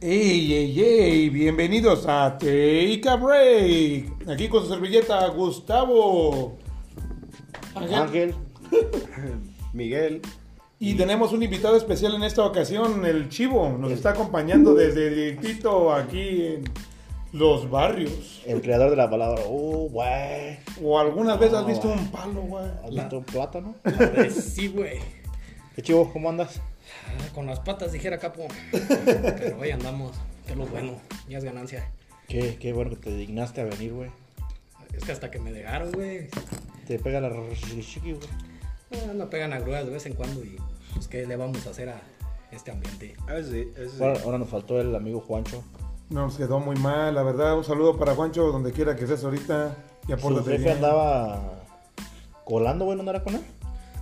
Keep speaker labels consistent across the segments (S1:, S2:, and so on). S1: ¡Ey, ey, ey! Bienvenidos a Take a Break. Aquí con su servilleta Gustavo.
S2: Ángel, Miguel,
S1: Y tenemos un invitado especial en esta ocasión, el Chivo. Nos está acompañando desde directito aquí en los barrios.
S2: el creador de la palabra. Oh, güey.
S1: O algunas veces has
S2: Ah,
S1: visto
S2: va.
S1: un palo, güey.
S2: ¿Has visto un plátano?
S3: Pues Sí, güey.
S2: ¿Qué chivo? ¿Cómo andas?
S3: Ah, Con las patas dijera capo. Pero ahí andamos. Que es lo bueno. Ya es ganancia.
S2: Qué, qué bueno que te dignaste a venir, güey.
S3: Es que hasta que me dejaron, güey.
S2: Te pega la chiqui, güey.
S3: Ah, No pegan a grúas de vez en cuando y pues qué le vamos a hacer a este ambiente.
S4: A ver si- a ver si-
S2: Ahora, ahora nos faltó el amigo Juancho.
S1: Nos quedó muy mal, la verdad. Un saludo para Juancho, donde quiera que estés ahorita. Y
S2: Su
S1: apórtate
S2: jefe
S1: bien.
S2: andaba colando, güey, ¿no era con él?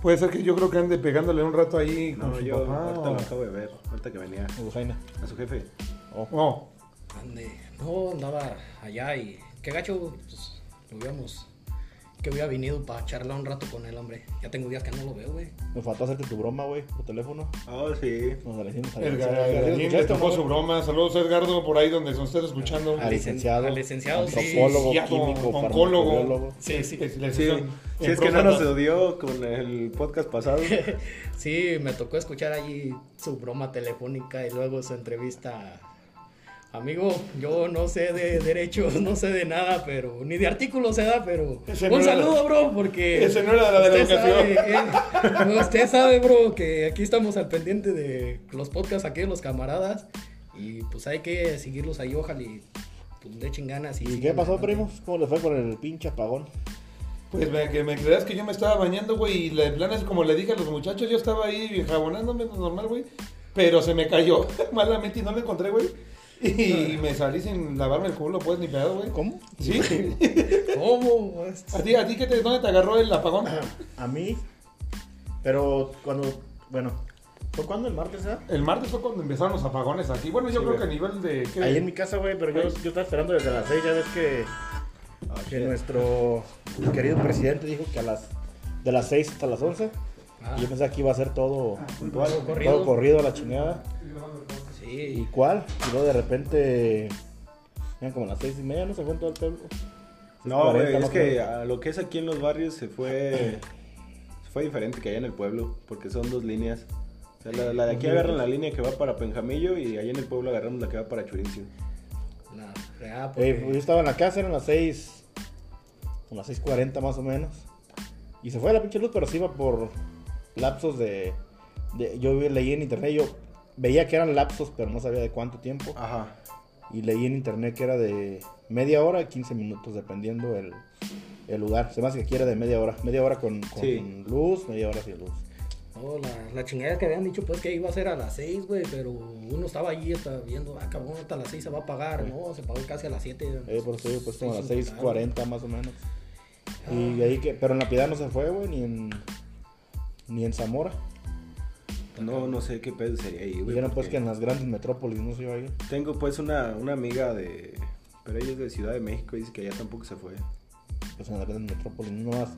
S1: Puede ser que yo creo que ande pegándole un rato ahí con
S4: No,
S1: su
S4: yo
S1: papá.
S4: ahorita lo acabo de ver, ahorita que venía.
S2: El Jaime.
S4: A su jefe.
S2: Oh.
S1: Oh,
S3: Ande. No, andaba allá y qué gacho, pues lo hubiéramos. Que hubiera venido para charlar un rato con el hombre. Ya tengo días que no lo veo, güey.
S2: Me faltó hacerte tu broma, güey, por teléfono.
S4: Oh, sí.
S2: Nos la hicimos a la-
S1: el
S2: ¿Sí?
S1: Gargadín le
S2: ¿Escuchaste,
S1: tocó
S2: no?
S1: su broma. Saludos, Edgardo, por ahí donde nos estés escuchando.
S2: Al licenciado.
S3: Al licenciado, sí.
S2: Antropólogo,
S1: Sí,
S2: químico,
S1: oncólogo.
S2: farmacobiólogo.
S3: Sí, sí.
S4: Sí,
S1: Especialización
S4: sí,
S1: en
S4: es que no
S1: próstata.
S4: nos odió con el podcast pasado.
S3: Sí, me tocó escuchar allí su broma telefónica y luego su entrevista. Amigo, yo no sé de derechos, no sé de nada, pero ni de artículos se da, pero
S1: Ese
S3: un
S1: no era-
S3: saludo, bro, porque
S1: ese no era de la
S3: usted
S1: delegación.
S3: sabe, eh, usted sabe, bro, que aquí estamos al pendiente de los podcasts aquí de los camaradas y pues hay que seguirlos ahí, ojalá y pues, le echen ganas.
S2: ¿Y
S3: sigan
S2: qué pasó,
S3: adelante.
S2: primos? ¿Cómo le fue con el pinche apagón?
S1: Pues me, que me creas que yo me estaba bañando, güey, y de plan es como le dije a los muchachos, yo estaba ahí jabonándome normal, güey, pero se me cayó malamente y no lo encontré, güey. Y me salí sin lavarme el culo, pues, ni pedo, güey.
S2: ¿Cómo?
S1: Sí.
S3: ¿Cómo?
S1: ¿A ti, a ti qué te, dónde te agarró el apagón?
S2: A mí, pero cuando, bueno, ¿fue cuando el martes, ah?
S1: El martes fue cuando empezaron los apagones aquí. Bueno, yo
S2: Sí,
S1: creo
S2: güey.
S1: que a nivel de... ¿qué?
S2: Ahí en mi casa, güey, pero yo, yo estaba esperando desde las 6, ya ves que,
S4: Ah,
S2: que nuestro querido presidente dijo que a las de las 6 hasta las 11.
S3: Ah. pues,
S2: Y yo pensé que iba a ser todo,
S3: Todo corrido.
S2: todo corrido a la chingada. ¿Y
S3: Sí,
S2: cuál? Y luego de repente, eran como las 6 y media, no se fue en todo el pueblo.
S4: No,
S2: 40,
S4: güey, es
S2: más o
S4: que
S2: menos.
S4: a lo que es aquí en los barrios se fue. se fue diferente que allá en el pueblo, porque son dos líneas. O sea, la, la de aquí agarran la línea que va para Penjamillo y allá en el pueblo agarramos la que va para Churincio.
S3: la fregada,
S2: Eh,
S3: porque-
S2: pues yo estaba en la casa, eran las 6, como las 6.40 más o menos. Y se fue la pinche luz, pero se iba por lapsos de, de- Yo vi- leí en internet, yo veía que eran lapsos, pero no sabía de cuánto tiempo.
S4: Ajá.
S2: Y leí en internet que era de media hora, a 15 minutos, dependiendo el, el lugar. Se me hace que aquí era de media hora. Media hora con, con
S4: Sí.
S2: luz, media hora sin luz.
S3: No, la, la chingada que habían dicho pues que iba a ser a las 6, güey, pero uno estaba allí estaba viendo, ah, cabrón, hasta las 6 se va a pagar, no, se pagó casi a las 7.
S2: Eh, por eso digo, pues como a las
S3: 6:50.
S2: 6.40 más o menos. Y de ahí que... Pero en la piedad no se fue, güey, ni en... Ni en Zamora.
S4: No, no sé qué pedo sería ahí, güey.
S2: Dijeron pues
S4: porque
S2: que en las grandes metrópolis no se iba a ir.
S4: Tengo pues una, una amiga de. Pero ella es de Ciudad de México y dice que allá tampoco se fue.
S2: Pues en las grandes metrópolis no más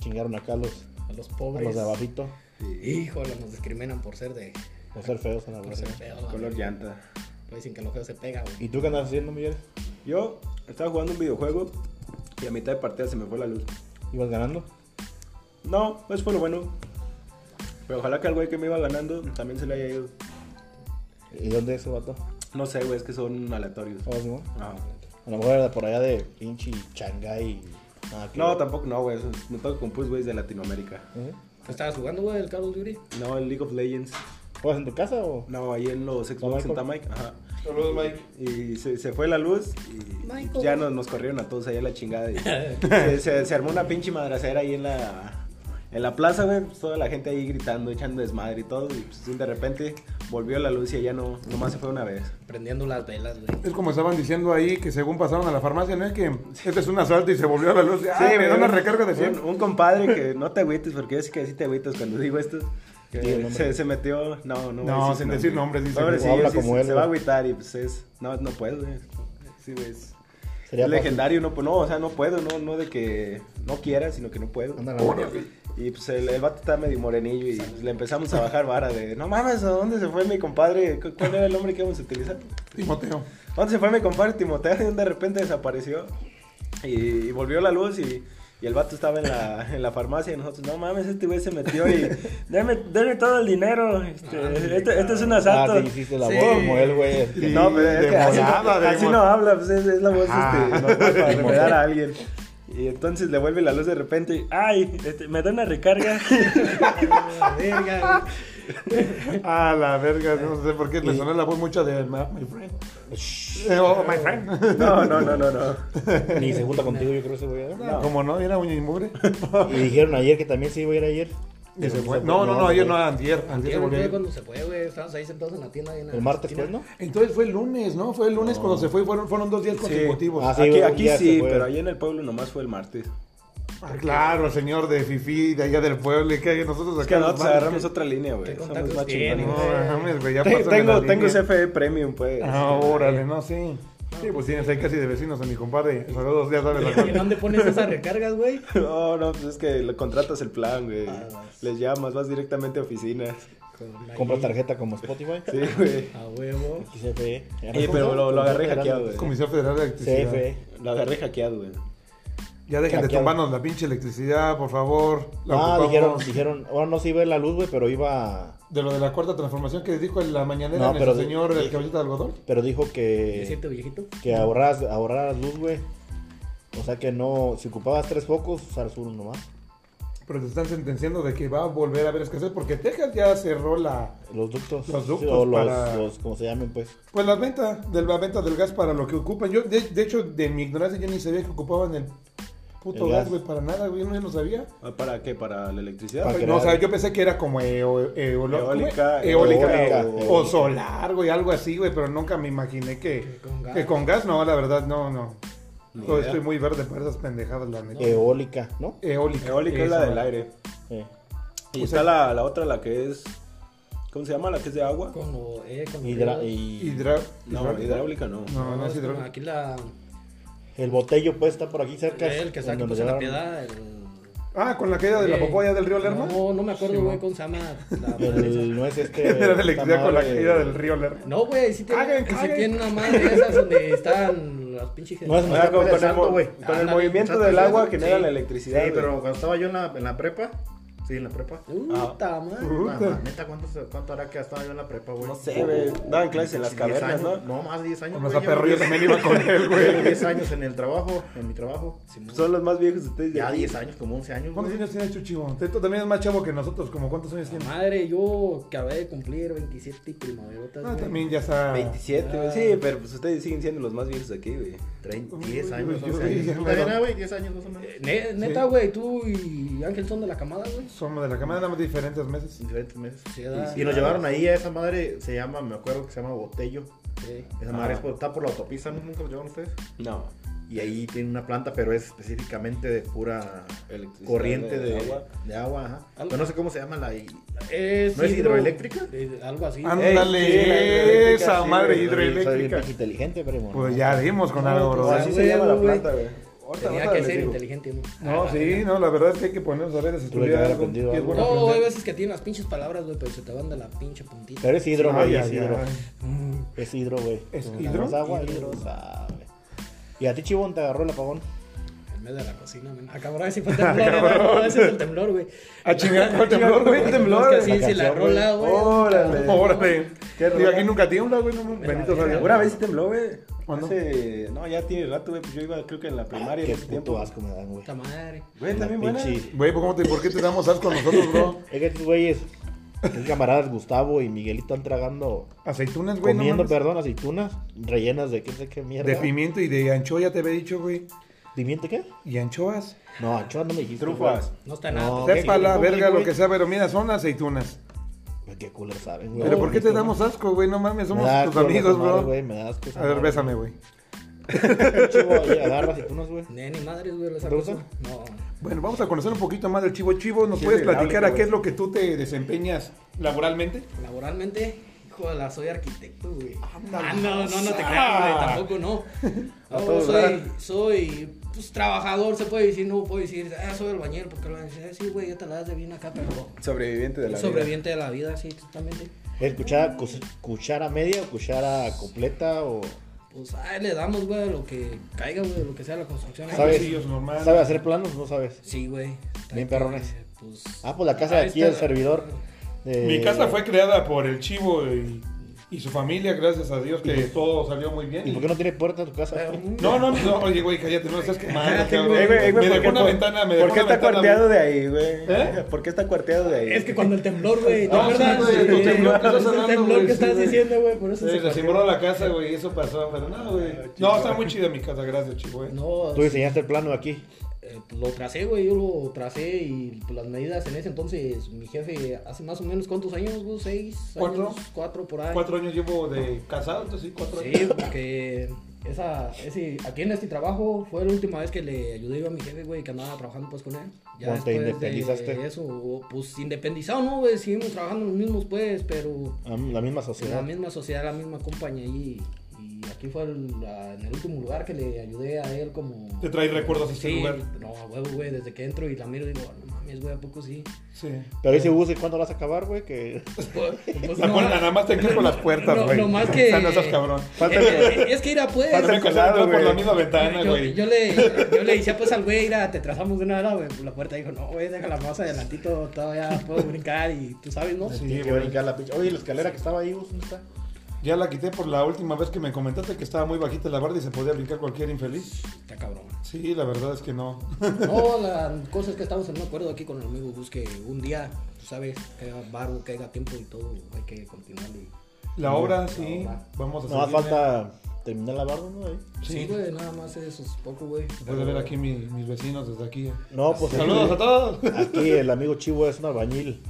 S2: chingaron acá a los,
S3: Ah, A los
S2: a
S3: pobres.
S2: los de abajito
S4: Sí.
S3: Híjole, nos discriminan por ser de.
S2: por ser feos a la
S3: por ser
S2: verdad.
S3: feo, la
S4: Color
S3: verdad.
S4: llanta.
S3: Pues dicen que lo feo se pega, güey.
S2: ¿Y tú qué andas haciendo, Miguel?
S4: Yo estaba jugando un videojuego y a mitad de partida se me fue la luz.
S2: ¿Ibas ganando?
S4: No, eso fue lo bueno. Pero ojalá que al güey que me iba ganando también se le haya ido.
S2: ¿Y dónde es ese vato?
S4: No sé, güey, es que son aleatorios.
S2: ¿Cómo se llama?
S4: Ah.
S2: A lo mejor era por allá de pinche Shanghái. nada que
S4: No,
S2: ver.
S4: tampoco, no, güey. eso es- Me toca con pues güeyes de Latinoamérica.
S2: ¿Eh?
S3: ¿Tú Pues, estabas jugando, güey, el Call of Duty?
S4: No, el League of Legends.
S2: ¿Juegas en tu casa o...?
S4: No, ahí en los Xbox
S2: Tamaico.
S4: en Tamaic. Ajá.
S1: Saludos, Mike.
S4: Y se, se fue la luz y
S3: Michael.
S4: ya nos, nos corrieron a todos allá a la chingada. y se, se- se armó una pinche madracera ahí en la, en la plaza, güey. pues, toda la gente ahí gritando, echando desmadre y todo. Y pues, de repente volvió la luz y allá no, nomás se fue una vez.
S3: Prendiendo las velas, güey.
S1: Es como estaban diciendo ahí, que según pasaron a la farmacia, ¿no? es Que este es un asalto y se volvió a la luz. Ah, me da
S4: güey,
S1: una
S4: un-
S1: recarga de 100.
S4: Un, un compadre que no te agüites, porque yo sé que sí te agüitas cuando digo esto. que
S2: Di el nombre.
S4: se, se metió, no, no. voy a
S1: No, sin
S4: su
S1: decir
S4: nombre.
S1: nombres, dice.
S4: Pobre,
S2: O
S4: sí,
S2: habla
S4: sí,
S2: como
S4: se,
S2: él,
S4: se va a
S2: güey.
S4: agüitar y pues es, no, no puedo, güey. Sí, güey. es-
S2: Sería fácil.
S4: es legendario, no, pues, no, o sea, no puedo, no, no de que no quiera, sino que no puedo.
S2: Anda la verga.
S4: Y pues el, el vato estaba medio morenillo y pues, le empezamos a bajar vara de, no mames, ¿a dónde se fue mi compadre? ¿Cu- ¿Cuál era el hombre que íbamos a utilizar?
S1: Timoteo.
S4: Entonces se fue mi compadre Timoteo y de repente desapareció. Y, y volvió la luz y, y el vato estaba en la, en la farmacia y nosotros, no mames, este güey se metió y denme, denme todo el dinero. Este,
S3: Ándale,
S4: este- este es un
S2: Ah,
S4: asalto.
S2: te hiciste la
S3: Sí.
S2: voz como él, güey. es que-
S4: No, pero es
S1: de
S4: que así,
S1: volada, de
S4: así
S1: vol-
S4: no habla, pues es, es la voz
S1: Ah.
S4: este, normal para revelar a alguien. Y entonces le vuelve la luz de repente y, ay, este, me da una recarga.
S3: La verga, güey.
S1: A la verga, no sé por qué me sonó la voz mucha de "Ma- My Friend. Eh, Oh, My Friend.
S4: No, no, no, no, no.
S2: Ni se junta contigo, yo creo ese güey. ¿eh?
S4: No.
S1: Como no, era un mugre.
S2: Y dijeron ayer que también se iba a ir ayer.
S1: Y se
S2: Pero
S1: fue.
S2: se
S1: No, no, no, ayer no,
S2: se
S1: antier. Antier se
S3: Antier,
S1: volvió a
S3: fue
S1: ir.
S3: cuando se fue, güey. Estábamos ahí sentados en la tienda. ahí en la
S2: fue. El martes
S3: esquina.
S2: fue, ¿no?
S1: Entonces fue el lunes, ¿no? Fue el lunes cuando se fue, fueron, fueron dos días consecutivos.
S2: Ah, sí,
S4: aquí
S2: güey,
S4: aquí
S2: ya se
S4: sí,
S2: fue.
S4: pero ahí en el pueblo nomás fue el martes.
S1: Ah, claro, el señor de Fifi, de allá del pueblo, y que hay nosotros acá.
S4: Es que
S1: los
S4: nosotros
S1: malos,
S4: agarramos
S1: que-
S4: otra línea, güey.
S3: ¿Qué
S4: Somos
S3: contactos
S4: más
S3: tiene,
S4: chingones.
S1: No, mames, güey, ya
S4: Te-
S1: pásame la
S4: Tengo, tengo
S1: línea.
S4: CFE Premium, pues.
S1: Ah, órale, no, sí. Sí, pues tienes ahí casi de vecinos a mi compadre. Saludos, ya
S2: pues,
S1: sabes la
S3: ¿Y en
S1: cual.
S3: dónde pones esas recargas, güey?
S4: No, no, pues es que le contratas el plan, güey.
S3: Ah, vas.
S4: Les llamas, vas directamente a oficinas.
S3: Con
S2: Compra
S3: ahí,
S2: tarjeta como Spotify.
S4: Sí, güey.
S3: A huevo.
S2: Y se fue.
S4: Sí, pero lo- lo agarré hackeado, güey.
S1: Comisión Federal de Electricidad.
S2: CFE.
S4: Lo agarré hackeado, güey.
S1: Ya dejen de
S2: Hackeado.
S1: tumbarnos la pinche electricidad, por favor. La
S2: Ah,
S1: ocupamos.
S2: dijeron, dijeron, ahora no se iba a ir la luz, güey, pero iba,
S1: De lo de la cuarta transformación que dijo en la mañanera
S2: No,
S1: nuestro
S2: pero de-
S1: señor, el
S2: sí.
S1: caballito de algodón.
S2: pero dijo
S3: ¿Qué
S2: que,
S3: siento, viejito?
S2: que ahorras, ahorraras luz, güey. O sea que no, si ocupabas tres focos, usarás uno nomás.
S1: Pero te pues están sentenciando de que va a volver a haber escasez porque Texas ya cerró la.
S2: Los ductos.
S1: Los
S2: sí,
S1: ductos
S2: o los,
S1: para-
S2: los, como se llamen, pues.
S1: Pues la venta, de la venta del gas para lo que ocupan. Yo, de, de hecho, de mi ignorancia, yo ni sabía que ocupaban el puto
S2: El
S1: gas,
S2: gas.
S1: güey, para nada, güey. Yo no lo sabía.
S4: Ah, ¿Para qué? ¿Para la electricidad?
S2: Para
S1: Pues,
S2: crear-
S1: no, o sea, yo pensé que era como eo- eolo-
S4: Eólica,
S1: ¿cómo es? eólica,
S2: eólica,
S1: eh,
S2: eólica.
S1: o solar, güey, algo así, güey, pero nunca me imaginé
S3: Que
S1: que,
S3: con gas.
S1: que con gas, no, la verdad, no, no.
S4: Ni
S1: Todo
S4: idea.
S1: estoy muy verde para esas pendejadas, la neta.
S2: Eólica, ¿no?
S1: Eólica.
S4: Eólica es
S1: esa,
S4: la del
S1: güey.
S4: aire.
S2: Eh,
S4: Y está la, la otra, la que es. ¿Cómo se llama? La que es de agua.
S3: Con lo, eh, con lo-
S2: hidra- y
S1: Hidra-
S4: No,
S1: hidráulica.
S4: hidráulica no.
S1: No, no es
S3: como
S1: hidráulica.
S3: Aquí la.
S2: el botello, pues, está por aquí cerca.
S3: El que está aquí
S2: donde
S3: pues, en la
S2: nos
S3: piedad. El...
S1: Ah, con la caída de la
S3: Eh,
S1: popoya del río Lerma.
S3: No, no me acuerdo,
S1: Simón.
S3: güey, cómo se llama. la
S2: llevaron.
S3: madre esa.
S2: El, no es este.
S1: Era de
S2: esta
S1: electricidad con la
S2: madre-
S1: caída del río Lerma.
S3: No, güey, sí tiene,
S1: Caguen,
S3: sí
S1: caguen.
S3: tiene una madre de esas donde están las pinches.
S2: No es
S4: O sea,
S2: Está
S4: con, con el,
S2: pensando,
S4: mo-
S5: güey.
S4: con el
S3: Ándale,
S4: movimiento
S5: está
S4: del agua
S5: pensando,
S4: genera
S5: sí.
S4: la
S5: Sí,
S4: electricidad. güey.
S5: pero cuando estaba yo en la, en la prepa, sí, en la prepa.
S3: Puta madre.
S5: Ah,
S1: Puta.
S5: ma, neta, ¿cuánto, se- ¿cuánto hará que estaba yo en la prepa, güey?
S4: No sé, güey. Daban clases en las
S5: 10
S4: cavernas,
S5: años,
S4: ¿no?
S5: No, más de 10 años.
S1: Con
S5: güey,
S1: esa
S5: llevo
S1: perro yo
S5: 10
S1: también iba con él,
S5: llevo
S1: güey.
S5: 10 años en el trabajo, en mi trabajo.
S4: Son los más viejos ustedes.
S5: Ya
S4: ya.
S5: 10 años, como 11 años,
S1: ¿Cuántos
S5: güey.
S1: años tiene Chuchivo? Tú también es más chavo que nosotros, como cuántos años
S3: La
S1: tiene.
S3: Madre, yo acabé de cumplir 27 y primaverotas.
S1: Ah,
S3: güey.
S1: también ya está.
S4: 27, güey. Sí, pero pues ustedes siguen siendo los más viejos aquí, güey.
S5: 30, 10 años,
S1: Uy,
S5: 11
S1: uy, uy,
S5: años.
S1: uy,
S5: ¿Tú también,
S1: uy.
S5: ah, güey? 10 años más o menos.
S3: Eh, ne- neta, güey, tú y Ángel son de la camada, güey.
S1: Somos de la cámara, nada más diferentes meses.
S5: En diferentes meses.
S3: Sí, edad.
S5: Y nos llevaron ahí a esa madre, se llama, me acuerdo que se llama Botello.
S3: Sí.
S5: Esa madre
S4: Ah.
S5: es por- está por la autopista, ¿no? ¿Nunca lo llevaron ustedes?
S4: No.
S5: Y ahí tiene una planta, pero es específicamente de pura
S4: Electricidad,
S5: corriente
S4: de
S5: de,
S4: agua.
S5: de agua, ajá.
S3: Algo.
S5: Pero no sé cómo se llama la...
S3: Es
S5: ¿No es
S3: hidro-
S5: hidroeléctrica?
S3: eh, algo así.
S1: Ah,
S3: Eh,
S4: Ey, sí, la
S1: Ándale,
S4: hidroeléctrica,
S1: esa
S4: sí,
S1: madre
S4: güey.
S2: Soy bien
S1: hidroeléctrica.
S2: pinche inteligente, primo.
S1: Pues ya dimos con
S3: No,
S1: algo,
S3: pues
S1: bro.
S4: No, así se
S3: huevo,
S4: llama la
S3: güey.
S4: planta, güey. Ahorita,
S3: Tenía
S4: ahorita
S3: que
S4: les
S3: ser
S4: digo.
S3: inteligente, ¿no?
S1: No,
S3: Ah,
S1: sí,
S3: venga.
S1: no, la verdad es que hay que ponernos a veces a
S2: Tuve que
S1: estudiar
S2: haber
S1: algo.
S2: aprendido
S1: y es
S2: algo.
S1: bueno
S3: No, Oh, hay
S1: aprender.
S3: veces que tienen las pinches palabras, güey, pero se te van de la pinche puntita.
S2: Pero es hidro,
S1: Ay,
S2: güey. Es
S1: ay,
S2: hidro.
S1: ay.
S3: Mm.
S2: Es hidro, güey.
S1: ¿Es
S2: Como
S1: hidro?
S2: más agua,
S3: Hidro.
S2: hidro, sabe. Y a ti, Chibón, te agarró el apagón.
S3: En medio de la cocina, men. Ah, cabrón, ese fue el temblor, eh, no, ese es el temblor, güey.
S1: A chingar con el temblor, güey.
S4: El temblor,
S3: Es que
S2: la
S3: así, si la
S2: canción, Ah, güey.
S3: rola, güey.
S4: Órale.
S1: Órale.
S4: Qué
S1: Digo, aquí
S4: raro.
S1: nunca tiembla, güey. No, mames. bendito sea Dios.
S4: Una vez sí tembló, güey.
S1: ¿Cuándo?
S4: Hace- No, ya tiene rato, güey. Pues yo iba, creo que en la primaria.
S2: Ah, Qué
S4: en ese tiempo.
S2: puto asco me dan, güey.
S3: Puta madre.
S4: Güey, también
S2: Una
S4: buena.
S2: pinche-
S1: Güey, ¿por, cómo te- ¿por qué te damos asco nosotros, bro?
S2: Es que estos güeyes, mis camaradas Gustavo y Miguelito están tragando,
S1: Aceitunas, güey. no
S2: comiendo,
S1: mames.
S2: perdón, aceitunas rellenas de qué sé qué mierda.
S1: De pimiento y de anchoa, ya te había dicho, güey.
S2: ¿Pimiento qué?
S1: Y anchoas.
S2: No, anchoa no me dijiste.
S4: Trufas.
S3: No está nada.
S2: No,
S3: pues,
S2: ¿qué
S1: Sepa la
S2: quieren comer,
S1: verga lo
S2: güey?
S1: que sea, pero mira, son aceitunas.
S2: güey. Qué culo saben, güey.
S1: Pero ¿por qué te damos asco, güey? No mames,
S2: Me
S1: somos
S2: da
S1: tus
S2: asco,
S1: amigos,
S2: madre,
S1: bro.
S2: güey, me da asco esa
S1: A ver,
S2: madre.
S1: bésame, güey.
S2: Chivo, oye, agarra aceitunas, güey.
S3: Ni, ni madres, güey, les
S2: ¿Te gusta?
S3: No.
S1: Bueno, vamos a conocer un poquito más del Chivo. Chivo, ¿nos
S4: Sí,
S1: puedes
S4: le
S1: platicar
S4: hablo,
S1: a qué
S4: güey.
S1: es lo que tú te desempeñas laboralmente?
S3: Laboralmente, hijo de la, soy arquitecto, güey.
S1: Ándale.
S3: Ah, no, no, no te creas, güey, tampoco, no.
S4: A
S3: No,
S4: todo
S3: soy,
S4: dar.
S3: soy, pues, trabajador, se puede decir, no puedo decir, ah, soy albañil, porque lo van a decir, "Ah, sí, güey, ya te la das de bien acá, pero
S4: Sobreviviente de la vida.
S3: sobreviviente de la vida, sí, totalmente.
S2: ¿Es cuchara, cus- cuchara media o cuchara completa? O...
S3: Pues ahí le damos, güey, a lo que caiga, güey, lo que sea la construcción.
S2: ¿Sabes?
S1: Bolsillos normal.
S2: ¿Sabe hacer planos? No sabes.
S3: Sí, güey.
S2: Bien perrones.
S3: Eh, Pues,
S2: Ah, pues la casa de
S3: ahí
S2: aquí,
S3: está.
S2: el servidor. eh,
S1: Mi casa fue creada por el chivo y, y su familia, gracias a Dios que todo salió muy bien.
S2: ¿Y por qué no tiene puerta tu casa?
S1: No, no, no, oye, güey, cállate, no lo estás quemando, cabrón.
S4: Ey, güey,
S1: Me
S4: ey, güey, ¿por
S1: dejó
S4: qué-
S1: una
S4: por-
S1: ventana, me dejó
S4: ¿Por qué
S1: una
S4: está
S1: ventana.
S4: cuarteado de ahí, güey?
S1: ¿Eh?
S4: ¿Por qué está cuarteado de ahí?
S3: eh, Es que cuando el temblor, güey, ¿te
S1: Ah, sí,
S3: acuerdas?
S1: güey,
S3: Sí,
S1: el temblor que
S3: es
S1: estás
S3: el
S1: hablando,
S3: temblor
S1: güey,
S3: que
S1: sí,
S3: estás
S1: güey.
S3: diciendo, güey, por eso
S1: Sí, se
S3: partió.
S1: sembró la casa, güey, y eso pasó, pero no, güey. No, está muy chida mi casa, gracias, chivo, eh.
S3: No,
S2: Tú diseñaste el plano aquí.
S3: eh, pues, lo tracé, güey, yo lo tracé y pues, las medidas en ese entonces, mi jefe, hace más o menos, ¿cuántos años, güey? ¿Seis?
S1: ¿Cuatro?
S3: años, cuatro por ahí.
S1: Cuatro años llevo de casado, entonces sí, cuatro años.
S3: Sí, porque esa, ese, aquí en este trabajo fue la última vez que le ayudé yo a mi jefe, güey, que andaba trabajando pues con él.
S2: Bueno, te
S3: después
S2: independizaste.
S3: De eso, pues independizado, ¿no? Güey, seguimos trabajando los mismos, pues, pero pues,
S2: Ah, La misma
S3: en la
S2: sociedad.
S3: misma sociedad, la misma compañía y, y aquí fue el- la- en el último lugar que le ayudé a él como...
S1: Te trae recuerdos a este
S3: Sí,
S1: lugar.
S3: No, a huevo, güey, desde que entro y la miro digo, no mames, güey, ¿a poco sí?
S1: Sí.
S2: Pero dice Gus, ¿y cuándo lo vas a acabar, güey? Que
S3: Pues,
S1: La
S3: no,
S1: puerta, nada más te quedas con las puertas,
S3: no,
S1: güey.
S3: no más que-
S1: O sea, no seas cabrón.
S3: es, es que era pues...
S1: Pasa el
S4: colado,
S1: por la
S4: güey.
S1: misma ventana,
S3: yo,
S1: güey.
S3: yo le, yo le decía pues al güey, mira, te trazamos de una hora, güey. La puerta dijo, no, güey, déjala más adelantito, todavía puedo brincar y tú sabes, ¿no?
S1: Sí,
S2: tiene que
S1: güey.
S2: brincar la pinche. Oye, la escalera que estaba ahí, Gus, ¿dónde está?
S1: Ya la quité por la última vez que me comentaste que estaba muy bajita la barda y se podía brincar cualquier infeliz.
S3: Está cabrón.
S1: Sí, la verdad es que no.
S3: No, la cosa es que estamos en un acuerdo aquí con el amigo Gus que un día, tú sabes, caiga barro, caiga tiempo y todo, hay que continuar. y-
S1: La obra, sí.
S3: obra.
S1: Vamos a
S2: No más
S1: seguirle.
S2: falta terminar la barba, ¿no? Ahí.
S1: Sí.
S3: Sí, güey, nada más eso es poco, güey.
S1: Voy a ver aquí mi- mis vecinos desde aquí.
S2: No, pues aquí-
S1: Saludos a todos.
S2: Aquí el amigo Chivo es un albañil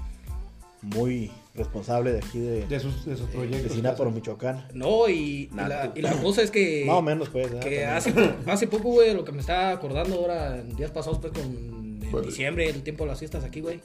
S2: muy responsable de aquí de,
S1: De sus, de sus proyectos.
S2: de por Michoacán.
S3: No, y, y la, y la cosa es que...
S2: Más o menos, pues. ¿verdad?
S3: Que
S2: También.
S3: hace, hace poco, güey, lo que me estaba acordando ahora, en días pasados, pues, con en diciembre, el tiempo de las fiestas aquí, güey.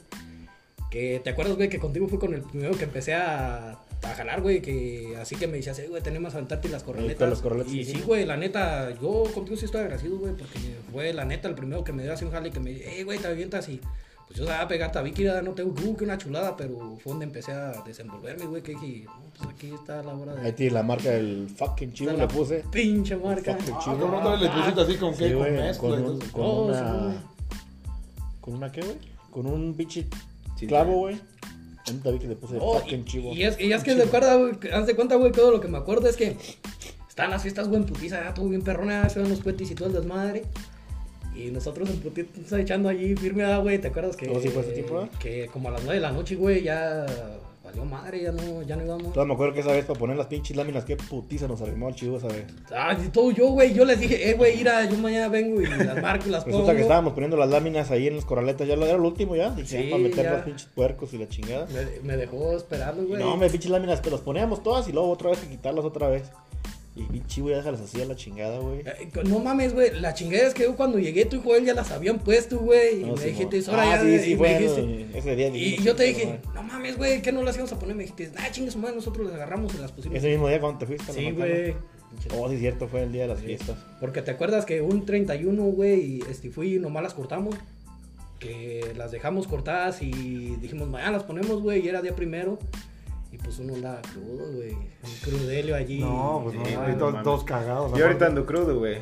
S3: Que te acuerdas, güey, que contigo fue con el primero que empecé a, a jalar, güey. Que así que me decías, "Eh, güey, tenemos que aventarte las corraletas.
S2: con las corraletas,
S3: y
S2: sí,
S3: sí,
S2: sí.
S3: güey, la neta, yo contigo sí estoy agradecido, güey, porque fue la neta el primero que me dio así un jale que me eh, güey, te avientas y. Pues yo sabía pegar tabique, ya no tengo uh, que una chulada, pero fue donde empecé a desenvolverme, güey, que dije, no, pues aquí está la hora de.
S2: Ahí tiene la marca del fucking Chivo,
S3: Está
S2: le
S3: la
S2: puse.
S3: Pinche marca.
S2: Fucking
S1: Ah, cabrón, otra vez le pusiste así con
S2: Sí,
S1: qué, con
S2: güey,
S1: mezcla.
S2: con un-
S1: entonces.
S2: con
S3: Oh,
S2: una...
S3: sí, güey.
S2: ¿Con una qué, güey? Con un pinche
S4: Sí,
S2: clavo,
S4: sí.
S2: güey. Un tabique le puse
S3: Oh,
S2: fucking
S3: y,
S2: Chivo.
S3: y es, y es que de acuerdo, güey, que- haz de cuenta, güey, todo lo que me acuerdo es que están las fiestas, güey, en putiza, ya todo bien perrona, se van los puentes y todo el desmadre. Y nosotros en putiza echando allí firme, ah, güey, ¿te acuerdas que?
S2: ¿Cómo sí fue ese tiempo, eh?
S3: Que como a las 9 de la noche, güey, ya valió madre, ya no, ya no íbamos.
S2: Todavía me acuerdo que esa vez para poner las pinches láminas, qué putiza nos arrimó el Chivo esa vez.
S3: Ah, y todo yo, güey, yo les dije, eh, güey, ira, yo mañana vengo y las marco y las pongo.
S2: Resulta que estábamos poniendo las láminas ahí en las corraletas, ya lo era lo último ya. Dije, "Ah,
S3: Sí,
S2: para meter
S3: ya.
S2: los pinches puercos y la chingada.
S3: Me, me dejó esperando,
S2: Y
S3: güey.
S2: No, me pinches láminas, que las poníamos todas y luego otra vez que quitarlas otra vez. Y pinche, güey, déjalas así a la chingada, güey.
S3: Eh, No mames, güey, la chingada es que yo cuando llegué tú y Joel ya las habían puesto, güey. Y
S2: No,
S3: me
S2: Simón.
S3: dijiste, "Es hora
S2: ah,
S3: ya",
S2: sí,
S3: y
S2: sí,
S3: me
S2: bueno,
S3: dijiste-
S2: ese día
S3: Y
S2: dijimos,
S3: yo te
S2: "Chingada
S3: dije,
S2: madre".
S3: no mames, güey, ¿qué no las íbamos a poner? Me dijiste, ah, chingas, madre, nosotros las agarramos y las pusimos.
S2: Ese mismo día cuando te fuiste a la
S3: sí,
S2: macana.
S3: güey.
S2: Oh, sí, cierto, fue el día de las fiestas.
S3: Porque te acuerdas que un 31, güey, este, fui y nomás las cortamos. Que las dejamos cortadas y dijimos, mañana las ponemos, güey, y era día primero. Y pues uno andaba crudo, güey. Un crudelio allí.
S1: No, pues
S5: Sí,
S1: no,
S5: güey,
S1: ahí
S5: no
S1: todos,
S5: mames.
S1: todos cagados.
S4: Yo ahorita
S1: aparte.
S4: ando crudo, güey.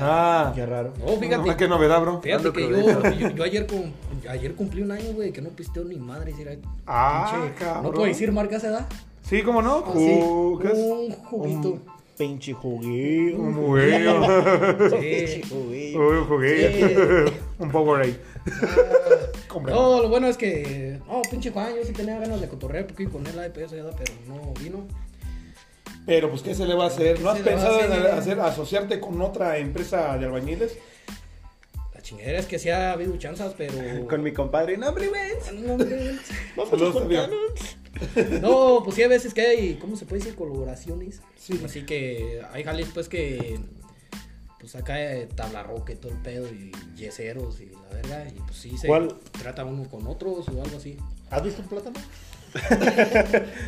S1: Ah,
S2: Qué raro.
S3: No, Oh, fíjate. Eh,
S1: Ah, qué novedad, bro.
S3: Fíjate
S4: Ando
S3: que yo,
S4: crudito.
S3: yo, yo ayer, cum- ayer cumplí un año, güey, que no pisteo ni madre. si era-
S1: Ah,
S3: pinche-
S1: cabrón.
S3: No puedo decir marcas, ¿verdad?
S1: Sí, cómo no.
S3: Así,
S1: Ju- ¿qué es?
S3: un juguito.
S2: Pinche juguillo.
S3: Mm, eh.
S1: Un juguillo.
S3: uh, Sí.
S2: Pinche juguillo.
S1: Un juguillo. Un Powerade. Hombre.
S3: No, lo bueno es que, no, pinche Juan, yo sí tenía ganas de cotorrear porque con él la EPS, ¿verdad? pero no vino.
S1: Pero, pues, ¿qué se le va a hacer? ¿No has
S3: ¿Qué se le va a
S1: pensado en
S3: hacer?
S1: hacer, asociarte con otra empresa de albañiles?
S3: La chingadera es que sí ha habido chanzas, pero.
S4: Con mi compadre. No, hombre, güey.
S3: No, pues, hombre.
S1: Saludos, Fabio.
S3: No, pues sí, a veces que hay, ¿cómo se puede decir? Colaboraciones.
S1: Sí.
S3: Así que hay jales, pues que. Pues acá eh, tabla roca y todo el pedo y yeseros y la verga. Y pues sí se
S2: ¿Cuál?
S3: trata uno con otros o algo así.
S2: ¿Has visto un plátano?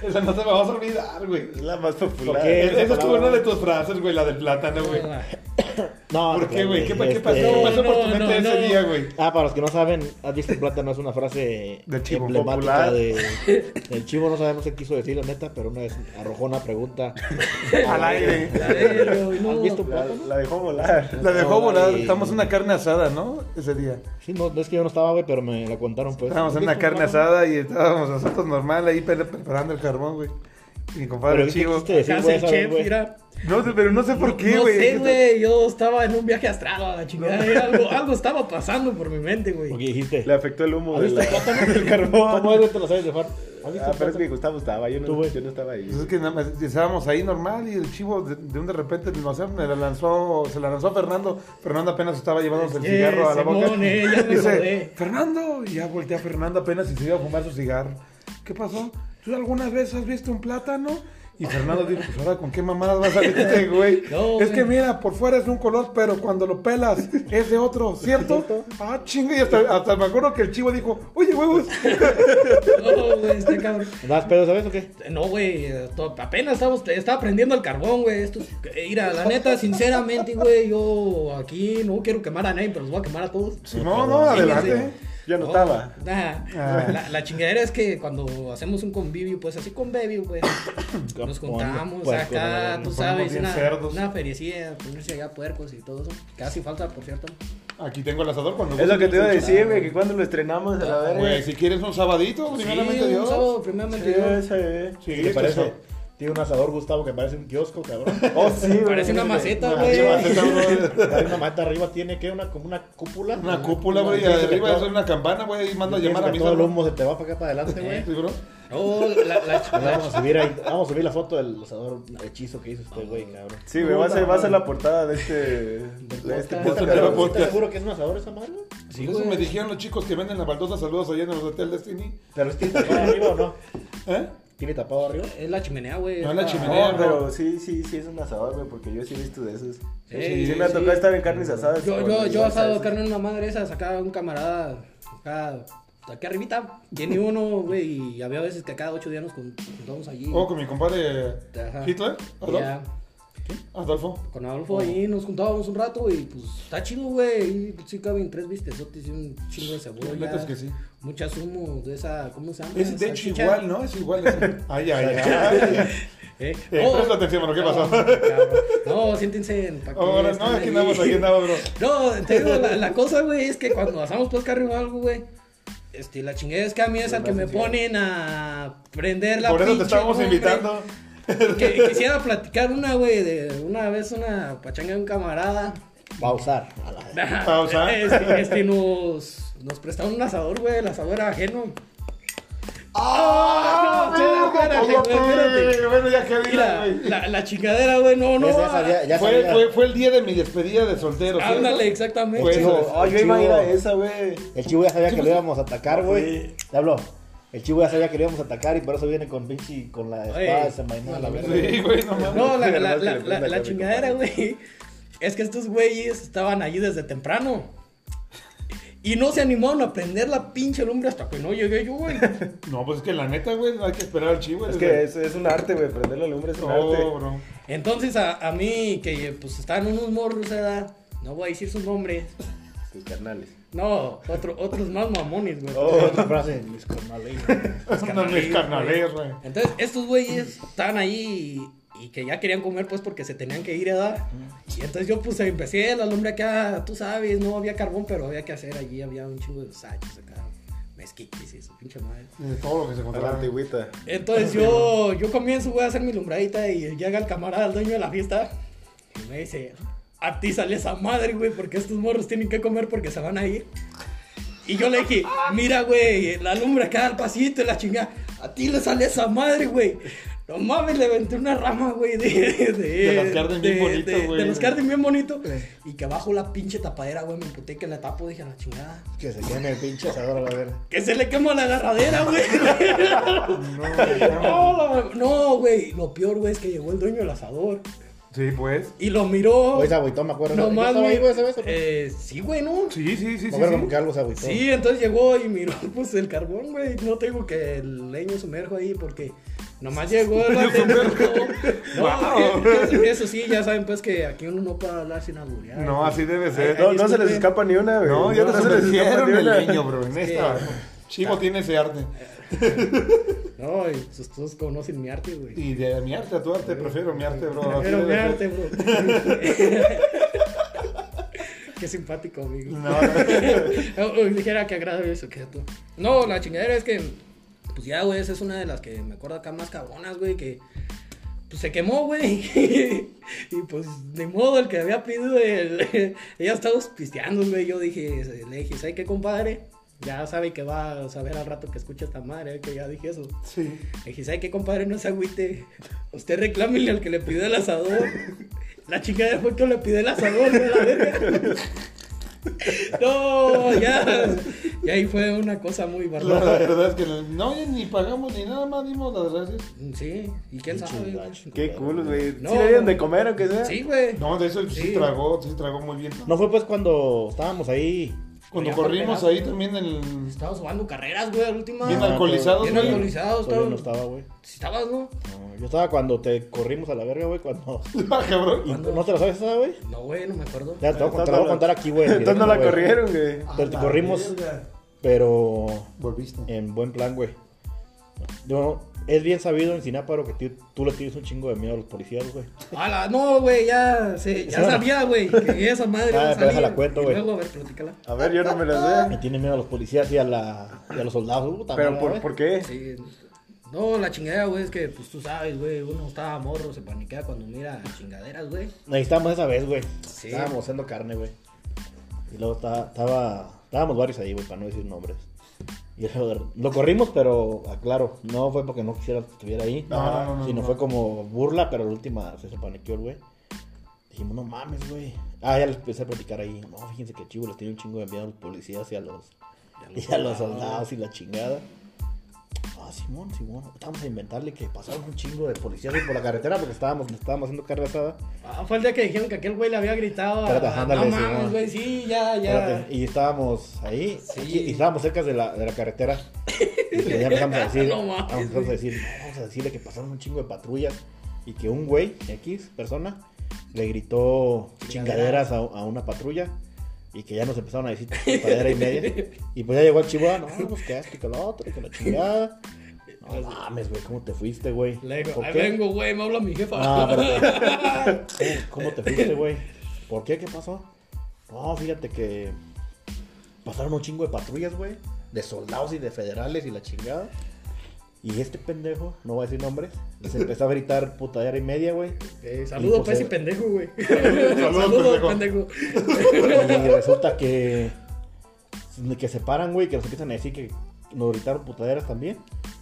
S1: Esa no te la vas a olvidar, güey.
S4: Es la más
S2: ¿Por
S4: popular.
S2: qué?
S1: Esa estuvo una de tus frases, güey, la del plátano, güey.
S3: La-
S2: No,
S1: ¿Por
S2: no,
S1: qué, güey? ¿Qué, pa- qué
S2: este-
S1: pasó? ¿Qué pasó por tu
S3: Ah.
S1: mente
S3: No, no,
S1: ese
S3: no.
S1: día, güey?
S2: Ah, para los que no saben, has visto plata no es una frase
S5: Del chivo.
S2: emblemática
S5: Popular.
S2: de, del chivo. No sabemos qué quiso decir, la neta, pero una vez arrojó una pregunta.
S5: Al aire.
S3: Pero, no,
S2: ¿Has visto
S4: La,
S2: plata? no?
S4: la dejó volar.
S1: La dejó
S2: No,
S1: volar.
S2: y-
S1: Estamos en una carne asada, ¿no? Ese día.
S2: Sí, no, no es que yo no estaba, güey, pero me la contaron, pues.
S1: Estábamos en
S2: ¿Has
S1: una
S2: visto
S1: carne
S2: plátano?
S1: asada y estábamos nosotros normal ahí pre- preparando el carbón, güey. Y mi
S2: Pero
S1: compadre
S2: ¿viste
S1: Chivo.
S2: qué quisiste
S3: se
S2: decir, güey,
S3: hace el
S2: esa vez,
S3: chef,
S2: güey?
S3: mira.
S1: No sé, pero no sé por qué,
S3: no
S1: güey.
S3: sé, güey. Yo estaba en un viaje astral a la chingada. era Algo, algo estaba pasando por mi mente,
S2: Porque
S3: güey.
S2: dijiste.
S4: Le afectó el humo
S2: ¿Has
S4: de
S2: visto
S4: la,
S2: el plátano?
S4: del carbón.
S2: ¿Cómo es que te lo sabes dejar? ¿Has visto
S4: Ah,
S2: el
S4: pero es que
S2: plátano?
S4: Gustavo estaba, yo
S2: Tú,
S4: no,
S2: güey.
S4: yo no estaba ahí.
S1: Pues es que nada más estábamos ahí normal y el chivo de, de un de repente no sé, me la lanzó, se la lanzó a Fernando. Fernando apenas estaba llevándose el
S3: Eh,
S1: cigarro a la boca.
S3: Simón, eh, ya me
S1: Dice,
S3: acordé.
S1: Fernando, y ya voltea a Fernando apenas y se iba a fumar su cigarro. ¿Qué pasó? ¿Tú alguna vez has visto un plátano? Y Fernando dijo, pues ahora con qué mamadas vas a salir este güey.
S3: No,
S1: es que
S3: güey.
S1: mira, por fuera es de un color, pero cuando lo pelas es de otro, ¿cierto? ah, chinga, y hasta, hasta me acuerdo que el chivo dijo, oye, huevos.
S3: No, güey, está cabrón.
S2: ¿Andabas pedo, sabes o qué?
S3: No, güey, eh, to- apenas estábamos, estaba prendiendo el carbón, güey. Esto es- eh, mira, la neta, sinceramente, güey, yo aquí no quiero quemar a nadie, pero los voy a quemar a todos.
S1: Sí, no, no, adelante. Ah.
S4: Yo no estaba.
S3: nah, la, la chingadera es que cuando hacemos un convivio, pues así con baby, pues, nos juntamos
S2: Pues,
S3: acá,
S2: con-
S3: tú
S1: nos ponemos
S3: sabes,
S1: bien
S3: una,
S1: cerdos.
S3: una feriecilla, ponerse allá puercos y todo eso. Casi falta, por cierto.
S1: Aquí tengo el asador cuando
S4: Es lo que te iba a
S1: gustes.
S4: decir, güey, que cuando lo estrenamos a la verga.
S1: Güey, si quieres un sabadito,
S3: Sí,
S1: Pues, primeramente
S3: un
S1: Dios.
S3: sábado, primeramente Dios.
S4: Sí, eh. ese,
S1: Sí,
S2: ¿Qué te
S1: esto
S2: parece?
S1: está-
S2: pues, Tiene un asador, Gustavo, que parece un kiosco, cabrón.
S4: Oh, sí, güey.
S3: Parece una maceta,
S2: Una
S3: güey.
S2: maceta,
S1: está una-
S2: Hay una mata arriba, tiene que una como una cúpula.
S1: Una cúpula, güey, y
S2: Pienso que
S1: arriba
S2: todo-
S1: es una campana, güey, y manda a
S2: pienso
S1: llamar a
S2: que
S1: misa.
S2: Todo el
S1: ¿no?
S2: humo se te va para acá para adelante, güey.
S1: Sí, bro.
S3: No, la, la,
S2: Mira, Vamos a subir ahí, vamos a subir la foto del asador hechizo que hizo este güey, cabrón.
S4: Sí, güey, va a ser, va a ser la portada de este. De este
S3: podcast.
S4: podcast.
S1: Pero-
S2: ¿Estás seguro que es un asador esa madre? güey?
S1: Sí, Eso me dijeron los chicos que venden la baldosa, saludos allá en el Hotel Destiny.
S2: ¿Pero es tiene tapado arriba o no?
S1: ¿Eh?
S2: ¿Tiene tapado arriba?
S3: es la chimenea, güey.
S1: No, es la chimenea.
S4: No, pero sí, sí, sí es un asador, güey, porque yo sí he visto de esos.
S3: Sí,
S4: Sí, me ha
S3: sí.
S4: tocado estar en carnes asadas.
S3: Yo,
S4: con
S3: yo, yo
S4: salsas.
S3: asado carne en una madre esa, sacaba un camarada acá, aquí arribita, tiene uno, güey, y había veces que cada ocho días nos juntamos allí.
S1: O con mi compadre
S3: Ajá.
S1: Hitler,
S3: Y Ah. ya, Ah,
S1: Adolfo. Oh. Adolfo.
S3: con Adolfo ahí nos juntábamos un rato y pues está chido, güey. y Sí caben tres bistezotes y un chingo de cebolla.
S1: La neta es que sí.
S3: Muchas humos de esa, ¿cómo se llama?
S1: Es de hecho
S3: Salchicha.
S1: igual, ¿no? Es igual. es- Ay, ay, ay.
S3: Eh,
S1: Eh, presta atención, mano, ¿qué pasó?
S3: cabrón, cabrón. No, siéntense. pa' que
S1: Ahora, no,
S3: estén
S1: aquí
S3: ahí.
S1: andamos, aquí andamos, bro.
S3: No, te digo, la, la cosa, güey, es que cuando asamos pesca arriba o algo, güey, este, la chingada es que a mí es al que me ponen a prender la
S1: Por eso te
S3: pinche
S1: estábamos
S3: lumbre.
S1: invitando.
S3: Que- quisiera platicar una, güey, de una vez una pachanga de un camarada.
S2: Pausar. A la-
S1: Pausa.
S3: Este, este, nos, nos prestaron un asador, güey, el asador era ajeno.
S1: ¡Ah!
S3: espérate,
S1: Espérate,
S3: güey, espérate.
S1: Bueno, ya que
S3: Y la, la, la chingadera, güey, no, no.
S2: Esa- esa ya- ya
S1: Fue,
S2: sabía.
S1: fue, fue el día de mi despedida de soltero. ¿cierto?
S3: Ándale, exactamente.
S1: Pues,
S2: Chivo,
S4: Oh, yo
S2: el
S4: iba a ir
S2: chivo-
S4: a esa, güey.
S2: El chivo ya sabía que lo íbamos a atacar, güey. Te habló. El chivo ya sabía que lo íbamos a atacar y por eso viene con pinche con la espada
S3: Oye.
S2: desenvainada a la verga.
S1: Sí, güey, no mames.
S3: No, la,
S4: Pero
S3: la,
S4: no se le
S3: la,
S4: prenda
S3: la, la
S4: acá, mi
S3: chingadera, güey. Es que estos güeyes estaban allí desde temprano. Y no se animaron a prender la pinche lumbre hasta que no llegué yo, güey.
S1: No, pues es que la neta, güey, hay que esperar al chivo.
S4: Es
S1: güey.
S4: que es, es un arte, güey. Prender la lumbre es un
S1: No,
S4: arte.
S1: bro.
S3: Entonces a, a mí, que pues estaban unos morros de edad, no voy a decir sus nombres.
S4: Tus carnales.
S3: No, otro, otros más mamones, güey.
S2: Oh, Otra frase, mis carnales.
S1: Es que no es carnalés, güey.
S3: Entonces estos güeyes estaban ahí y, y que ya querían comer pues porque se tenían que ir a dar. Y entonces yo pues empecé la lumbre acá, tú sabes, no había carbón, pero había que hacer allí, había un chingo de sachos acá, mezquites y su pinche madre.
S1: De todo lo que se
S4: Con la
S1: encontraba.
S4: antigüita.
S1: Ah,
S3: Entonces yo, yo comienzo, güey, a hacer mi lumbradita y llega el camarada, el dueño de la fiesta, y me dice, a ti sale esa madre, güey, porque estos morros tienen que comer porque se van a ir. Y yo le dije, mira, güey, la lumbre acá al pasito y la chingada, a ti le sale esa madre, güey. No mames, le venté una rama, güey, de... De,
S1: De las carden bien bonito,
S3: de-
S1: güey.
S3: De las carden bien bonito. Y que abajo la pinche tapadera, güey, me emputé que la tapo, dije, a la chingada.
S2: Que se quede en el pinche asador a la verga.
S3: Que se le quema la agarradera, güey. No, la- no, güey. Lo peor, güey, es que llegó el dueño del asador
S1: Sí, pues.
S3: y lo miró.
S2: Oye, se agüitó, me acuerdo.
S3: No
S2: Yo
S3: más,
S2: estaba ahí, güey,
S3: güey.
S2: esa vez. Me
S3: Eh, sí, güey, ¿no? Sí.
S1: Sí, sí, sí, sí.
S2: acuerdo
S1: sí.
S2: que algo se agüitó.
S3: entonces llegó y miró, pues, el carbón, güey. No tengo que el leño sumerjo ahí porque Nomás llegó el vato y me dijo, No, eh, eso- eso sí, ya saben pues que aquí uno no puede hablar sin alburear.
S1: No, así debe ser.
S4: No, no se les
S3: disculpen.
S4: escapa ni una, güey.
S1: No, ya te
S4: no se les escapa
S1: sumergieron
S4: ni una.
S1: el niño, bro. En
S3: Es que-
S1: esta. Chivo tiene ese arte.
S3: No, y sus- todos conocen mi arte, güey.
S1: Y de mi arte a tu arte, prefiero mi arte, bro. así
S3: Pero mi
S1: debe ser.
S3: arte, bro. Qué simpático, amigo.
S1: No, no.
S3: O- o Dijera que agradable eso que tú. No, la chingadera es que, pues ya, güey, esa es una de las que me acuerdo acá más cabronas, güey, que pues se quemó, güey. y pues, de modo, el que había pedido, el... ella estaba pisteando, güey. Yo dije, le dije, ¿sabes qué, compadre? Ya sabe que va a saber al rato que escucha esta madre, eh, que ya dije eso.
S1: Sí.
S3: Le dije, ¿sabe qué, compadre? No se agüite. Usted reclámele al que le pidió el asador. La chica fue que le pidió el asador, no la verga. No, ya. Y ahí fue una cosa muy
S1: La
S3: bárbara.
S1: verdad es que no, ya ni pagamos ni nada más, dimos las gracias.
S3: Sí, y quién sabe. güey?
S4: Qué culos, güey.
S3: No.
S4: Sí le dieron de comer, aunque sea.
S3: Sí, güey.
S1: No, de eso sí,
S3: Sí.
S1: tragó, sí tragó muy bien.
S2: No fue pues cuando estábamos ahí.
S1: Cuando
S3: Ya
S1: corrimos
S3: fue
S1: ahí
S3: pegado.
S1: también el...
S3: Estabas jugando Pues carreras, güey, al último.
S1: Bien
S2: Ah,
S1: alcoholizados,
S2: todavía-
S1: güey.
S3: Bien alcoholizados,
S2: Todavía no
S3: estaban.
S2: estaba, güey.
S3: Estabas, ¿no?
S2: No, yo estaba cuando te corrimos a la verga, güey. Cuando.
S1: Ah, cabrón.
S3: ¿Cuándo?
S2: ¿No te lo sabes esa, güey?
S3: No, güey, no me acuerdo.
S2: Ya te, voy a contar- te lo voy a
S4: Entonces
S2: contar aquí, güey.
S4: Entonces no la
S2: güey.
S4: corrieron, güey.
S2: Te, te corrimos, pero
S1: Volviste.
S2: en buen plan, güey. Yo- es bien sabido en Sináparo que tú, tú le tienes un chingo de miedo a los policías, güey.
S3: Ala, Ah, no, güey, ya, se- ya sabía, güey, que esa madre
S2: Ah,
S3: iba a
S2: pero
S3: salir.
S2: déjala cuento,
S3: Y
S2: güey.
S3: Luego, a ver, platícala.
S4: A ver, yo no me la
S2: Me
S4: sé.
S2: tiene miedo a los policías y a, la, y a los soldados. puta
S4: Pero
S2: madre,
S4: por,
S2: güey.
S4: ¿por qué?
S3: Sí. No, la chingadera, güey, es que, pues tú sabes, güey, uno estaba morro, se paniquea cuando mira chingaderas, güey.
S2: Necesitamos esa vez, güey.
S3: Sí.
S2: Estábamos haciendo carne, güey. Y luego estaba, estaba- estábamos varios ahí, güey, para no decir nombres. Y luego lo corrimos, pero aclaro, no fue porque no quisiera que estuviera ahí.
S1: No, no, no,
S2: sino
S1: no.
S2: fue como burla, pero la última se paniqueó el güey. Dijimos, no mames, güey. Ah, ya les empecé a platicar ahí. No, fíjense que chivo, les tiene un chingo de miedo a los policías y a los, y a los soldados y la chingada. Ah, Simón, Simón, vamos a inventarle que pasaron un chingo de policías güey, por la carretera porque estábamos, estábamos haciendo carne asada.
S3: Ah, fue el día que dijeron que aquel güey le había gritado. a-
S2: Espérate, ándale,
S3: no
S2: sí,
S3: mames,
S2: no.
S3: güey, sí, ya, ya.
S2: Espérate, y estábamos ahí,
S3: Sí.
S2: aquí, y estábamos cerca de la, de la carretera. Y ya empezamos a decir,
S3: No mames,
S2: empezamos a decir, no, vamos a decirle que pasaron un chingo de patrullas y que un güey, X persona, le gritó
S3: Chingaderas.
S2: chingaderas a, a una patrulla y que ya nos empezaron a decir chingadera y media. Y pues ya llegó el chivo, ah, no, pues que esto, que lo otro, que la chingada. No mames, güey, ¿cómo te fuiste, güey?
S3: Le digo,
S2: ¿Por
S3: ahí
S2: qué?
S3: vengo, güey, me habla mi jefa.
S2: Ah, espérate. Eh, ¿Cómo, cómo te fuiste, güey? ¿Por qué? ¿Qué pasó? No, fíjate que pasaron un chingo de patrullas, güey. De soldados y de federales y la chingada. Y este pendejo, no voy a decir nombres, les empezó a gritar putadera y media, güey.
S3: Eh, saludos, pues, y
S2: Imposible.
S3: pendejo, güey.
S1: Saludos,
S3: Saludos, pendejo.
S2: Y resulta que. Que se paran, güey, que nos empiezan a decir que nos gritaron putaderas también.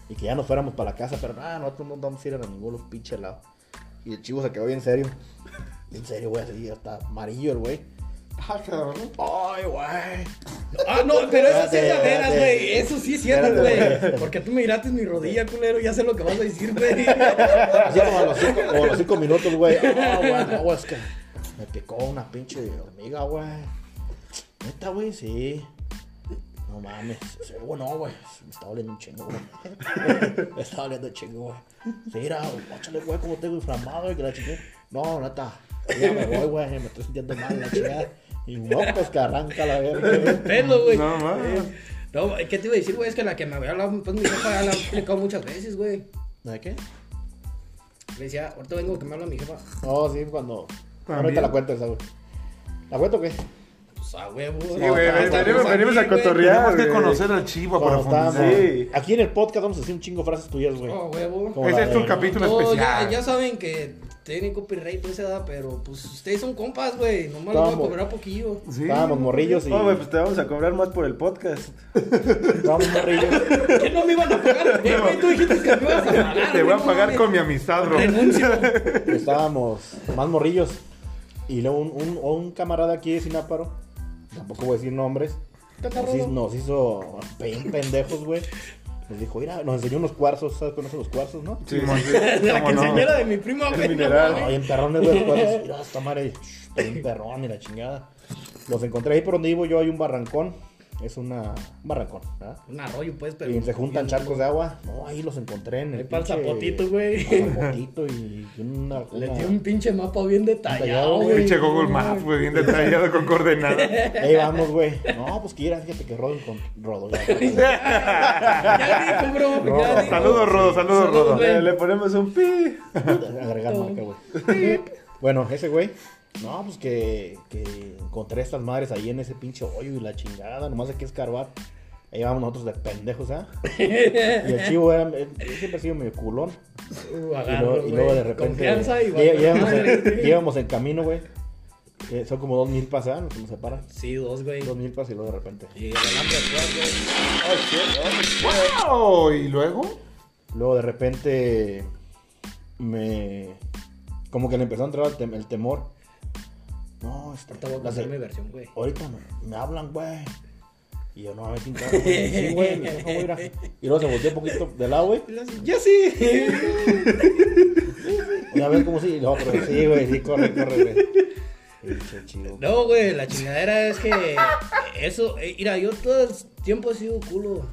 S2: Y que ya nos fuéramos para la casa, pero nada, nosotros no vamos a ir a ningún pinche lado. Y el chivo se quedó bien serio. En serio, güey, así hasta amarillo el güey.
S1: Ah, cabrón.
S2: ¡Ay, güey!
S3: Ah, no, pero eso sí es
S2: Espérate,
S3: de veras,
S2: espérate.
S3: güey. Eso sí es cierto,
S2: Espérate,
S3: güey. Porque tú me miraste en mi rodilla, culero, ya sé lo que vas a decir, güey.
S2: Así como a los cinco, como a los cinco minutos, güey. ¡Ah, güey! No, güey, es que me picó una pinche hormiga, güey. ¿Neta, güey? Sí. No mames. Sí, güey, no, güey. Me está oliendo un chingo, güey. Me está oliendo un chingo, güey. Sí, mira, óchale, güey, como tengo inflamado y que la chingada. No, neta. Ya me voy, güey. Me estoy sintiendo mal, la chingada. Y no, pues que arranca la verga, güey.
S3: Pelo, güey.
S1: No, mames.
S3: Eh, No, güey, ¿qué te iba a decir, güey? Es que la que me había hablado, pues mi jefa ya la ha explicado muchas veces, güey.
S2: ¿De qué?
S3: Le decía, ahorita vengo que me habla mi jefa.
S2: No, sí, cuando.
S1: También.
S2: Ahorita la cuento esa, güey. ¿La cuento o qué?
S3: Pues a huevo.
S1: Ah,
S4: Sí, güey,
S1: Pues
S2: ven-
S4: venimos- venimos a cotorrear.
S1: Tenemos que
S4: güey.
S1: conocer al chivo a
S2: Cuando
S1: profundidad.
S2: estábamos-
S4: Sí.
S2: Aquí en el podcast vamos a decir un chingo de frases tuyas, güey.
S3: A huevo.
S2: Como
S1: Ese
S2: la
S1: es
S2: de-
S1: tu capítulo
S3: No,
S1: especial.
S3: ya, ya saben que tienen copyright toda esa edad, pero pues ustedes son compas, güey. Nomás les voy a
S2: Vamos.
S3: cobrar poquillo.
S1: Sí.
S2: Estábamos morrillos y.
S4: No, güey, pues te vamos a cobrar más por el podcast.
S2: Estábamos morrillos.
S3: ¿Qué no me iban a pagar? Eh, güey, tú dijiste que me ibas a pagar.
S1: Este, Te voy
S3: güey,
S1: a
S3: no
S1: pagar
S3: mames.
S1: con mi amistad, bro.
S3: Renuncio.
S2: Estábamos más morrillos. Y luego un, un, un camarada aquí de Sináparo. Tampoco voy a decir nombres. Nos hizo, nos hizo pe- pendejos, güey. Nos dijo, mira, nos enseñó unos cuarzos. ¿Sabes cuáles son los cuarzos, no?
S1: Sí,
S4: Sí,
S1: mon-
S3: De la
S1: cómo no.
S3: quinceañera de mi prima, güey. no
S4: mineral.
S2: No,
S3: mames.
S2: bien perrones, güey, los cuarzos. Mira, esta madre. shh, Está bien perrón y la chingada. Los encontré ahí por donde vivo yo. Hay un barrancón. es una un barrancón, ¿verdad?
S3: Un arroyo, pues, pero.
S2: y se juntan charcos de agua. No, ahí los encontré en el.
S3: Ahí para el
S2: pinche-
S3: zapotito, güey.
S2: para el zapotito y una.
S3: Le
S2: una-
S3: dio un pinche mapa bien detallado,
S2: Detallado,
S3: güey.
S1: Pinche Google Maps, güey, bien detallado con coordenadas.
S2: Ahí vamos, güey. No, pues que ir, fíjate que rodo con rodo. ya.
S3: Ya dijo, bro. ya dijo.
S1: Saludos, Rodo, saludos, Rodo.
S3: güey.
S4: Le, le ponemos un pi.
S2: Agregar marca, güey. Bueno, ese güey. No, pues que, que encontré estas madres ahí en ese pinche hoyo y la chingada, nomás hay que escarbar. Ahí vamos nosotros de pendejos, ¿ah? Y el chivo era, él siempre ha sido medio culón.
S3: Uh,
S2: Y luego,
S3: agarro,
S2: y
S3: güey.
S2: luego de repente.
S3: Confianza y
S2: lle-
S3: valor,
S2: íbamos,
S3: madre.
S2: en, íbamos en camino, güey. Eh, son como dos mil pasadas, nos nos separan.
S3: Sí, dos, güey.
S2: Dos mil pas y luego de repente.
S3: Y el alambre atrás, güey.
S1: ¡Wow! ¿Y luego?
S2: Luego de repente me. Como que le empezó a entrar el, tem- el temor. No, este,
S3: Ahorita voy a
S2: las de-
S3: contar mi versión, güey.
S2: ahorita me, me hablan, güey. Y yo no, a ver quién carajo, güey. Sí, güey, me dijo, güey, mira. Y luego se volteó un poquito de lado, güey.
S3: Ya sí.
S2: Y a ver cómo sí. No, pero sí, güey, sí, corre, corre, güey. Pinche chido.
S3: No, güey, la chingadera es que eso, eh, mira, yo todo el tiempo he sido culo.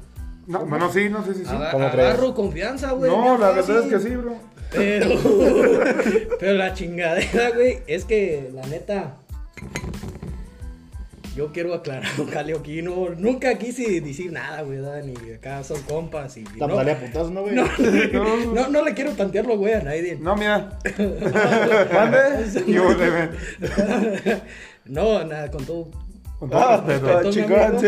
S1: No, no, no, sí, no sé si sí.
S3: Aga-
S2: ¿cómo crees?
S3: agarro confianza, güey.
S1: No,
S3: bien
S1: la verdad es
S3: fácil.
S1: que sí, bro.
S3: Pero, pero la chingadera, güey, es que la neta. Yo quiero aclarar, Calio, aquí no, nunca quise decir nada, güey, ¿verdad? ni acá son compas y y no,
S2: Tambalea putazo, ¿no, güey?
S3: no,
S1: No.
S3: no, no le quiero tantearlo, güey, a nadie.
S1: No, mira. ¿Mande? Y vos le ven.
S3: No, nada, con todo.
S1: Con todo
S4: Ah,
S1: respeto.
S4: todo
S3: todo, mi
S4: chingón,
S3: amigo.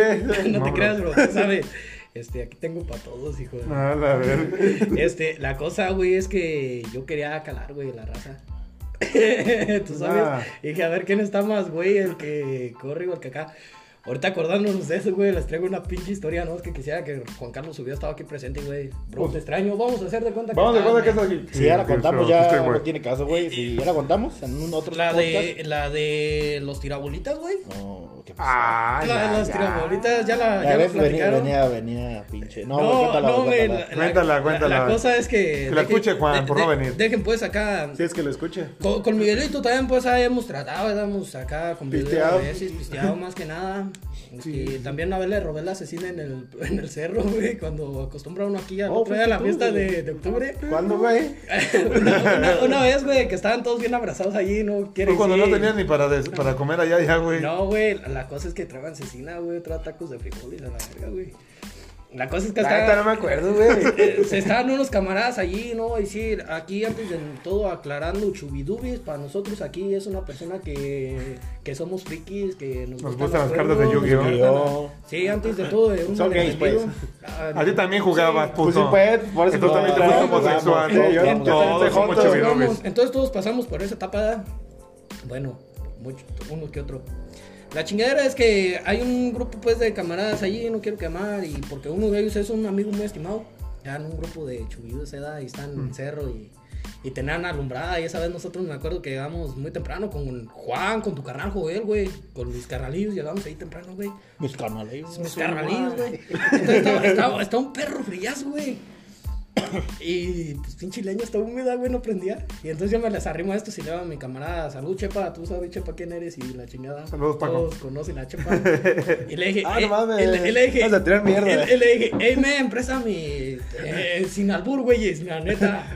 S4: sí.
S3: No,
S1: No,
S3: te
S1: bro.
S3: creas, bro, tú sabes. Este, aquí tengo para todos, hijo. de-
S1: A la verga.
S3: Este, la cosa, güey, es que yo quería calar, güey, la raza. Tú sabes.
S1: Ah.
S3: Y que a ver quién está más, güey, el que corre o el que acá. Ahorita acordándonos de eso, güey, les traigo una pinche historia, ¿no? Es que quisiera que Juan Carlos hubiera estado aquí presente, güey. Bro, te extraño. Vamos a hacer de cuenta que.
S1: Vamos de
S3: estaba,
S1: cuenta que es
S3: güey.
S1: aquí.
S2: Si ya la
S1: Sí,
S2: contamos,
S1: sí, sí,
S2: ya
S1: güey.
S2: no tiene caso, güey. Si ya la contamos en un otro
S3: La
S2: podcast.
S3: de, la de los tirabolitas, güey.
S2: No, ¿qué pasó?
S1: Ah,
S3: La
S1: ya,
S3: de los
S1: ya.
S3: tirabolitas, ya la,
S2: Ya
S3: ya la
S2: ves, venía,
S3: platicaron.
S2: venía, venía, pinche. No, güey,
S3: No,
S2: cuéntala,
S3: no,
S2: güey,
S3: güey.
S2: cuéntala.
S3: la-
S1: Cuéntala,
S3: la-
S1: cuéntala.
S3: La cosa es que.
S1: Que la
S3: dejen-
S1: escuche, Juan, por no venir.
S3: Dejen pues acá.
S4: Si es que lo escuche.
S3: Con, con Miguelito también, pues, ahí hemos tratado, ¿verdad? hemos acá con
S4: Pisteado.
S3: veces, pisteado más que nada. y también una vez le robé la asesina en el, en el cerro, güey, cuando acostumbra uno aquí al
S2: Oh,
S3: otro día de la
S2: fuiste tú,
S3: fiesta
S2: güey.
S3: de, de octubre.
S4: ¿Cuándo, güey?
S3: una, una- una vez, güey, que estaban todos bien abrazados allí, no quieren
S1: Tú cuando no
S3: ir.
S1: tenías ni para, des- para comer allá, ya, güey.
S3: No, güey, la, la cosa es que traban asesina, güey, trae tacos de frijoles a la verga, güey. La cosa es que
S4: La
S3: estaba-
S4: neta no me acuerdo, güey.
S3: eh, se estaban unos camaradas allí, ¿no? Y sí, aquí antes de todo aclarando, chubidubis, para nosotros aquí es una persona que, que somos frikis, que
S1: Nos
S3: nos, los
S1: gustan las cartas de
S3: juegos,
S1: Yu-Gi-Oh.
S3: nos
S2: Yu-Gi-Oh.
S3: gustan- Sí, antes de todo, de un
S4: Son gays, pues.
S3: malentendido. Ah,
S1: A ti también jugabas,
S4: Pues sí,
S1: puto.
S4: pues, por eso
S1: Tú también te fuiste
S2: no,
S1: homosexual.
S2: no, no,
S1: Yo-
S2: no,
S1: Todos
S4: no,
S1: somos
S4: no,
S3: Entonces,
S4: Chubidubis.
S1: chivirones.
S3: vamos- entonces todos pasamos por esa etapa. ¿verdad? Bueno, mucho, uno que otro. La chingadera es que hay un grupo pues de camaradas allí, no quiero quemar, y porque uno de ellos es un amigo muy estimado. Eran un grupo de chubillos de esa edad y están
S1: Mm.
S3: en el cerro y, y tenían alumbrada. Y esa vez nosotros me acuerdo que llegamos muy temprano con Juan, con tu carnal Joel, güey, con mis carnalillos, llegamos ahí temprano, güey.
S2: Mis canales.
S3: Mis carnalillos, güey. Entonces estaba, estaba- estaba un perro frillazo, güey. Y pues pinche leña estaba húmeda, güey, no prendía. Y entonces yo me las arrimo a estos y le digo a mi camarada, salud, Chepa, tú sabes, Chepa, quién eres y la chingada.
S1: Saludos, Paco.
S3: Todos conocen a Chepa. Y le dije,
S4: Ah, no
S3: "Eh",
S4: mames.
S3: y le- y le dije,
S4: Vas a tirar mierda.
S3: y le- Y le dije, hey, men, préstame, eh, sin albur, güey, la neta.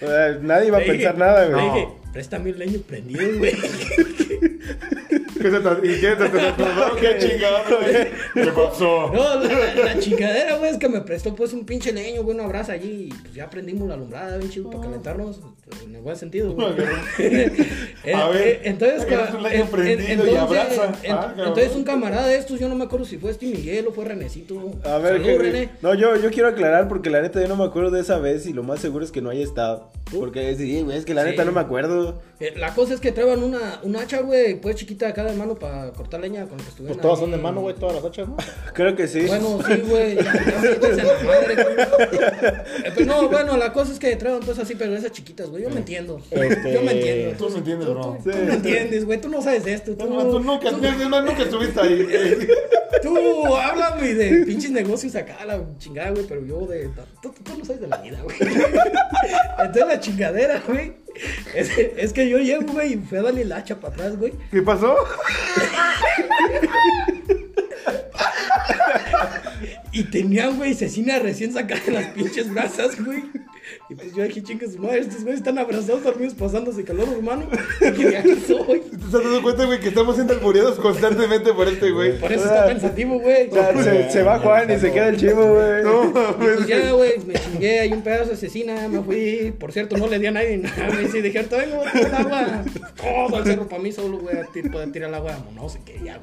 S4: Eh, Nadie iba a
S3: Le dije-
S4: pensar nada,
S3: Le
S4: güey.
S3: dije, préstame el leño prendido, güey.
S1: ¿Qué se te- ¿Y qué se te recordó? ¿Qué chingado, güey? ¿Qué pasó?
S3: No, la, la chingadera, güey, es que me prestó pues un pinche leño, güey, una brasa allí. Y pues ya prendimos la alumbrada, bien chido, para calentarnos. En el buen sentido, güey. Eh,
S1: A ver,
S3: eh, entonces,
S1: ya
S3: cua-
S1: tienes un leño
S3: en-
S1: prendido
S3: en-
S1: y
S3: entonces,
S1: abraza.
S3: en-
S1: Ah, cabrón.
S3: entonces, un camarada de estos, yo no me acuerdo si fue este Miguel o fue Renecito.
S4: A ver,
S3: Salud,
S4: que-
S3: René.
S4: no, yo, yo quiero aclarar porque la neta yo no me acuerdo de esa vez y lo más seguro es que no haya estado. Porque sí, güey, es que la
S3: Sí.
S4: neta no me acuerdo.
S3: Eh, La cosa es que traban una, un hacha, güey, pues chiquita de cada mano para cortar leña con lo que estuvieron.
S2: Pues todas
S3: ahí.
S2: son de mano, güey, todas las hachas, ¿no?
S4: Creo que sí.
S3: Bueno, sí, güey. ya- ya me quitas en la madre, güey. Eh, pues, no, bueno, la cosa es que traen cosas así, pero esas chiquitas, güey. Yo me entiendo.
S2: Este-
S3: Yo me entiendo.
S1: Tú me entiendes, bro.
S3: Tú me entiendes, güey. Tú no sabes de esto. Tú,
S1: No, Tú nunca, es más, nunca estuviste ahí.
S3: tú hablas, güey, de pinches negocios acá, la chingada, güey. Pero yo de. Tú, tú- tú no sabes de la vida, güey. Entonces la chingadera, güey. Es, es que yo llego, güey, y fui a darle el hacha para atrás, güey.
S1: ¿Qué pasó?
S3: Y tenían, güey, cecina recién sacada de las pinches brasas, güey. Y pues yo dije, chingue su madre, estos güeyes están abrazados, dormidos, pasándose calor, hermano. Y de aquí soy.
S1: ¿Te estás dando cuenta, güey, que estamos siendo albureados constantemente por este, güey?
S3: Por eso está pensativo, güey.
S4: O sea, se, se va Juan y se queda el chivo, güey.
S1: No,
S3: Y pues
S1: mames.
S3: ya, güey, me chingué, hay un pedazo de asesina, me fui. Por cierto, no le di a nadie nada, güey. Sí, dije, ahorita vengo, voy a tirar el agua. Todo el cerro para mí solo, güey, a ti- poder tirar el agua. No sé qué, ya,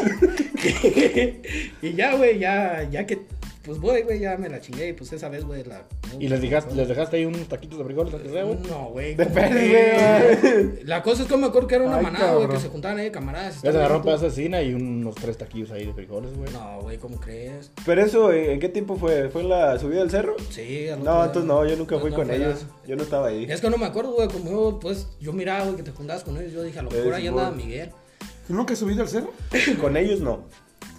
S3: güey. y ya, güey, ya, ya que, pues voy, güey, ya me la chingué. Y pues esa vez, güey, la.
S2: Y les dejaste, les dejaste ahí unos taquitos de frijoles, aunque sea, güey.
S3: No, güey.
S2: Depende,
S3: güey. La cosa es que me acuerdo que era una
S2: Ay,
S3: manada, güey, que
S2: cabrón.
S3: se juntaban ahí de camaradas.
S2: Ya se agarró un pedazo de cecina y unos tres taquillos ahí de frijoles, güey.
S3: No, güey, ¿cómo crees?
S4: Pero eso, ¿en en qué tiempo fue? ¿Fue en la subida del cerro?
S3: Sí, al otro
S4: No,
S3: día. pues
S4: entonces no, yo nunca fui
S3: No, no
S4: con
S3: fue
S4: ellos.
S3: nada.
S4: Yo no estaba ahí.
S3: Es que no me acuerdo, güey, como yo, pues, yo miraba, güey, que te juntabas con ellos, yo dije, a lo mejor
S4: Es
S3: ahí andaba
S4: bueno.
S3: Miguel.
S1: ¿Tú nunca has subido al cerro?
S4: Con ellos no.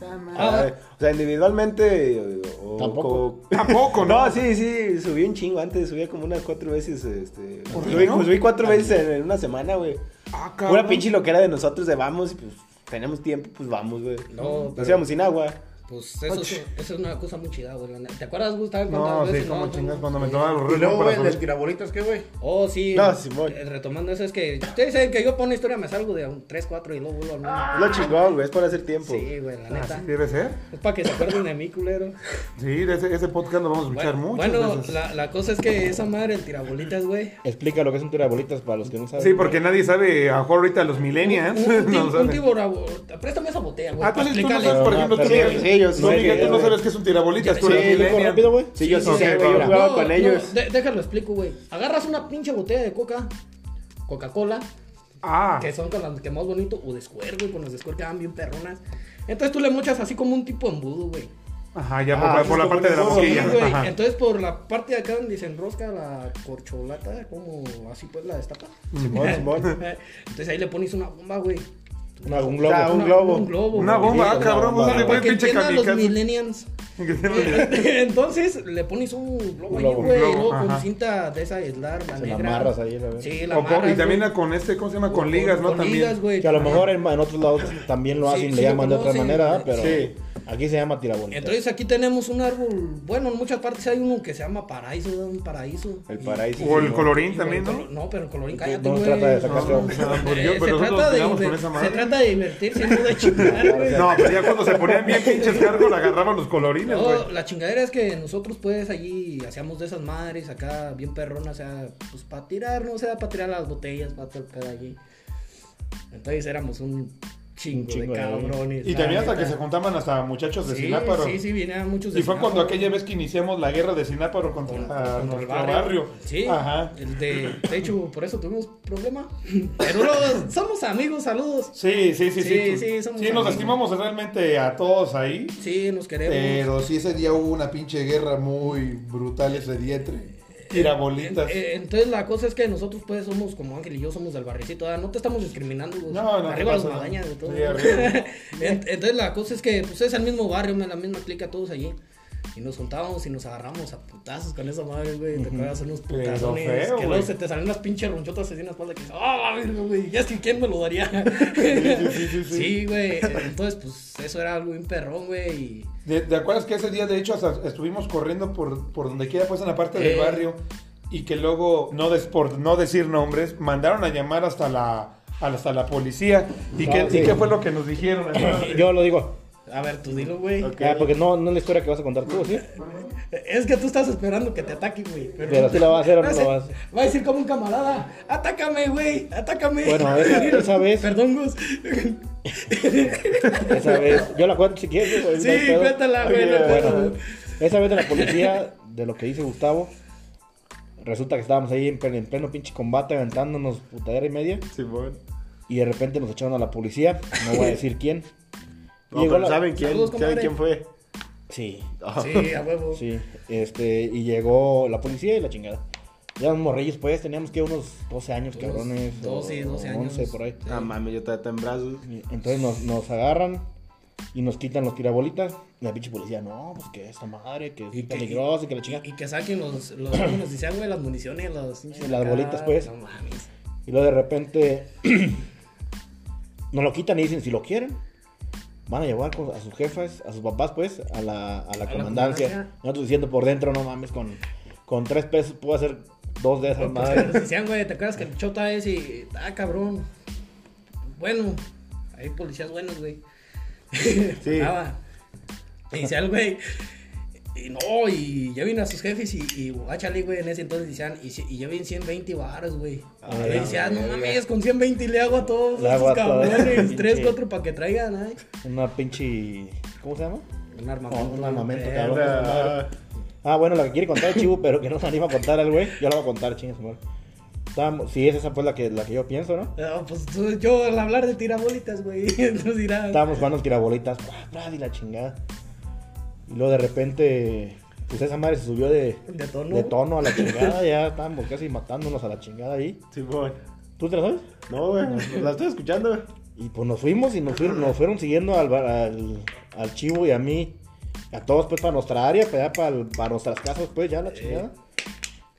S3: Ah,
S4: Ah, o sea, individualmente. o- o-
S2: Tampoco.
S4: co-
S1: Tampoco, ¿no?
S4: No, sí, sí, subí un chingo antes, subía como unas cuatro veces, este...
S1: ¿Por
S4: subí,
S1: qué no?
S4: subí cuatro veces en, en una semana, güey.
S1: Ah, cabrón.
S4: Pura pinche loquera de nosotros de vamos, y pues, tenemos tiempo, pues vamos, güey.
S3: No,
S4: Nos
S3: pero-
S4: íbamos sin agua.
S3: Pues eso, es- eso es una cosa muy chida, güey. la neta. ¿Te acuerdas, Gustavo?
S1: No, sí, como chingas cuando me tomaban los
S5: Y luego,
S1: reloj para
S5: güey, las
S1: subir.
S5: tirabolitas, ¿qué, güey?
S3: Oh, sí.
S4: No, Simón.
S3: eh, Retomando eso, es que ustedes saben que yo por una historia me salgo de un 3, 4 y luego vuelvo al mismo.
S4: Es Lo chingón, güey, es para hacer tiempo.
S3: Sí, güey, la
S1: Así
S3: neta.
S1: Ah, debe ser.
S3: Es para que se acuerden de mí, culero.
S1: Sí, de ese, ese podcast lo vamos a escuchar
S3: Bueno,
S1: muchas
S3: bueno
S1: veces.
S3: la, la cosa es que esa madre, el tirabolitas, güey.
S2: Explica lo que es un tirabolitas para los que no saben.
S1: Sí, porque nadie sabe, a lo mejor ahorita los millennials
S3: Un, un,
S1: ¿eh? no
S3: un, un
S1: saben.
S3: tiborabo- Préstame esa botella, güey.
S1: Ah,
S3: para
S1: entonces tú no
S3: explicarle.
S1: sabes, por ejemplo, tú, Miguel,
S2: Sí, sí, yo
S1: tú,
S2: sé
S1: Miguel,
S2: que-
S1: tú no sabes qué es un tirabolitas, tú
S2: Sí,
S1: eres
S2: explico
S1: millennial.
S2: rápido, güey.
S4: Sí, yo sí
S1: Ok,
S4: sé, güey, yo
S2: cabrón.
S4: jugaba con ellos.
S3: de- déjalo explico, güey. Agarras una pinche botella de coca, Coca-Cola,
S1: Ah,
S3: que son con las que más bonito, o de Square, güey, con las de Square que dan bien perronas. Entonces tú le mochas así como un tipo embudo, güey.
S1: ajá, ya
S4: Ah,
S1: por, por la
S4: es como
S1: parte de la
S4: un
S3: Sí,
S1: boquilla.
S3: güey.
S1: ajá.
S3: Entonces por la parte de acá donde se enrosca la corcholata, como así pues la destapa.
S4: Simón, Simón.
S3: Entonces ahí le pones una bomba, güey.
S2: Una- un globo.
S4: Ah, un
S3: Una-
S4: globo.
S3: Un globo.
S1: Una
S3: güey.
S1: bomba, ah,
S4: una
S1: cabrón,
S4: bomba.
S1: pues,
S4: Para
S1: güey,
S3: Para que
S1: pinche
S3: entiendan los
S1: kamikaze.
S3: millennials.
S1: Entiendan
S3: Entonces le pones un globo ahí,
S2: globo,
S1: un
S3: güey, y
S1: globo,
S3: luego
S1: ajá.
S3: con cinta de esa aislar, la
S2: Se la
S3: negra.
S2: amarras ahí, la verdad.
S3: Sí,
S1: los-
S3: la
S1: o con-
S3: amarras,
S1: y también
S3: güey.
S1: con este, ¿cómo se llama? Con ligas, ¿no?
S3: Con ligas,
S1: También.
S3: güey.
S2: Que a lo mejor en, en otros lados también lo
S3: Sí,
S2: hacen,
S3: sí
S2: le
S3: lo
S2: llaman de otra
S3: conocen.
S2: manera, ¿verdad? pero
S4: Sí.
S2: aquí se llama tirabolitas.
S3: Entonces aquí tenemos un árbol, bueno, en muchas partes hay uno que se llama paraíso, un paraíso.
S4: El
S3: Y-
S4: paraíso.
S1: O el
S4: Simón.
S1: colorín
S3: y-
S1: también,
S3: güey,
S1: ¿no?
S3: colo- No, pero el colorín, cállate,
S2: No
S3: güey.
S2: trata de sacar
S1: No,
S2: feo.
S1: no, o sea, por
S3: Eh,
S1: Dios,
S3: se,
S1: pero
S3: trata
S1: nosotros
S3: de
S1: pegamos con
S3: diver-
S1: esa
S3: se
S1: madre.
S3: trata de divertirse, no de chingar, güey.
S1: No, pero ya cuando se ponían bien pinches cargos, le agarraban los colorines,
S3: No,
S1: güey.
S3: la chingadera es que nosotros pues allí hacíamos de esas madres acá bien perronas, o sea, pues para tirar, no o sea, para tirar las botellas, para todo el pedo allí. Entonces éramos un chingo,
S2: Un chingo
S3: de
S2: de-
S3: cabrones.
S1: Y
S3: la
S1: también hasta
S3: neta.
S1: que se juntaban hasta muchachos de
S3: Sí,
S1: Sináparo.
S3: sí, sí, vinieron muchos de
S1: Y fue cuando
S3: Sináparo.
S1: aquella vez que iniciamos la guerra de Sináparo contra,
S3: Con-
S1: ah,
S3: contra
S1: nuestro barrio.
S3: Sí,
S1: Ajá.
S3: el de, de hecho, por eso tuvimos problema. Pero no, somos amigos, saludos.
S1: Sí, sí, sí, sí.
S3: Sí,
S1: tú-
S3: sí, somos
S1: nos
S3: amigos.
S1: estimamos realmente a todos ahí.
S3: Sí, nos queremos.
S6: Pero sí, ese día hubo una pinche guerra muy brutal ese día entre
S1: Tirabolitas.
S3: Eh, entonces la cosa es que nosotros pues somos como Ángel y yo somos del barricito, ¿ah? no te estamos discriminando, güey.
S1: No, no,
S3: arriba
S1: no
S3: los
S1: pasa nada.
S3: magañas de todo.
S1: Sí, arriba.
S3: Ent- entonces la cosa es que pues es el mismo barrio, me la misma clica todos allí. Y nos juntábamos y nos agarramos a putazos con esa madre, güey. Te acuerdas unos
S1: Pero
S3: putazones.
S1: feo,
S3: que
S1: güey.
S3: luego se te salen unas pinches ronchotas así en la espalda que dices, ¡ah, la verga, güey! Ya es que quién me lo daría.
S1: sí, sí, sí.
S3: Sí, güey. Entonces, pues eso era algo bien perrón, güey. y-
S1: ¿Te, te acuerdas que ese día, de hecho, hasta estuvimos corriendo por, por donde quiera, pues en la parte
S3: Eh.
S1: del barrio? Y que luego, no des- por no decir nombres, mandaron a llamar hasta la, hasta la policía. ¿Y,
S2: Ah,
S1: qué,
S2: sí.
S1: y qué fue lo que nos dijeron? hermano?
S2: Yo lo digo,
S3: A ver, tú dilo, güey.
S2: ah, porque no, no es la historia que vas a contar tú, ¿sí?
S3: Es que tú estás esperando que te ataque, güey.
S2: Pero sí lo va a hacer o no
S3: sé,
S2: lo va a hacer.
S3: Va a decir como un camarada, atácame, güey, atácame.
S2: Bueno, esa, esa vez,
S3: Perdón, Gus.
S2: esa vez, yo la cuento si quieres. güey,
S3: Sí,
S2: no hay pedo.
S3: cuéntala, güey. no hay pedo.
S2: Bueno, esa vez de la policía, de lo que dice Gustavo, resulta que estábamos ahí en pleno, en pleno pinche combate, aventándonos putadera y media,
S4: Simón.
S2: y de repente nos echaron a la policía, no voy a decir quién. Y
S4: No,
S2: llegó
S4: pero
S2: la-
S4: ¿saben quién?
S3: Saludos,
S4: ¿Saben
S3: compadre.
S4: quién fue? Ah,
S2: Sí,
S3: Sí, a huevo.
S2: Ah. Sí, este, y llegó la policía y la chingada. Ya morrillos, pues, teníamos que unos 12 años,
S3: Unos
S2: cabrones. o
S3: 12, 12 años.
S2: 11 por ahí.
S3: Sí.
S4: Ah, mames, yo estaba tan brazos.
S2: Entonces nos, nos agarran y nos quitan los tirabolitas. Y la pinche policía, no, pues que esta madre, que
S3: Y
S2: es
S3: que-
S2: peligrosa y que la chingada.
S3: Y que saquen los, los ¿cómo nos decían, güey, las municiones, los Ah,
S2: Y las bolitas, pues.
S3: No mames.
S2: Y luego de repente nos lo quitan y dicen, si lo quieren, Van a llevar con- a sus jefes, a sus papás, pues, a la, a la
S3: la
S2: comandancia.
S3: comandancia.
S2: Nosotros diciendo por dentro, no mames, con, con tres pesos puedo hacer dos de esas
S3: Pero
S2: madres.
S3: decían, güey, ¿te acuerdas que el chota es y. Ah, cabrón. Bueno, hay policías buenos, güey.
S4: Sí.
S3: Andaba. Y decía el güey. Y no, y ya vino a sus jefes y, y guáchale, güey, en ese entonces decían, y, si- y ya vin 120 baros, güey.
S2: Ah,
S3: y
S2: la
S3: decía, no
S5: verga.
S3: mames, con 120 le hago a todos
S2: Le hago
S3: esos
S2: a todos.
S3: cabrones, tres,
S2: Sí.
S3: cuatro para que traigan, ay.
S2: Una pinche. ¿Cómo se llama?
S3: Un armamento.
S2: Un armamento,
S3: Eh,
S2: cabrón.
S5: Era-
S2: Ah, bueno, la que quiere contar el chivo, pero que no se anima a contar al güey. Yo la voy a contar, chingas, amor. Estábamos, sí, esa fue la que, la que yo pienso, ¿no?
S3: Ah, pues tú- yo al hablar de tirabolitas, güey, entonces dirás.
S2: Estábamos jugando al tirabolitas, pra, pra, y la chingada. Y luego de repente, pues esa madre se subió de,
S3: De tono.
S2: de tono a la chingada. ya estábamos casi matándonos a la chingada ahí.
S4: Simón.
S2: ¿Tú te la sabes?
S4: No, güey, pues la estoy escuchando.
S2: Y pues nos fuimos y nos fueron, nos fueron siguiendo al, bar- al, al chivo y a mí. A todos, pues, para nuestra área, para, allá, para, el- para nuestras casas, pues, ya la chingada.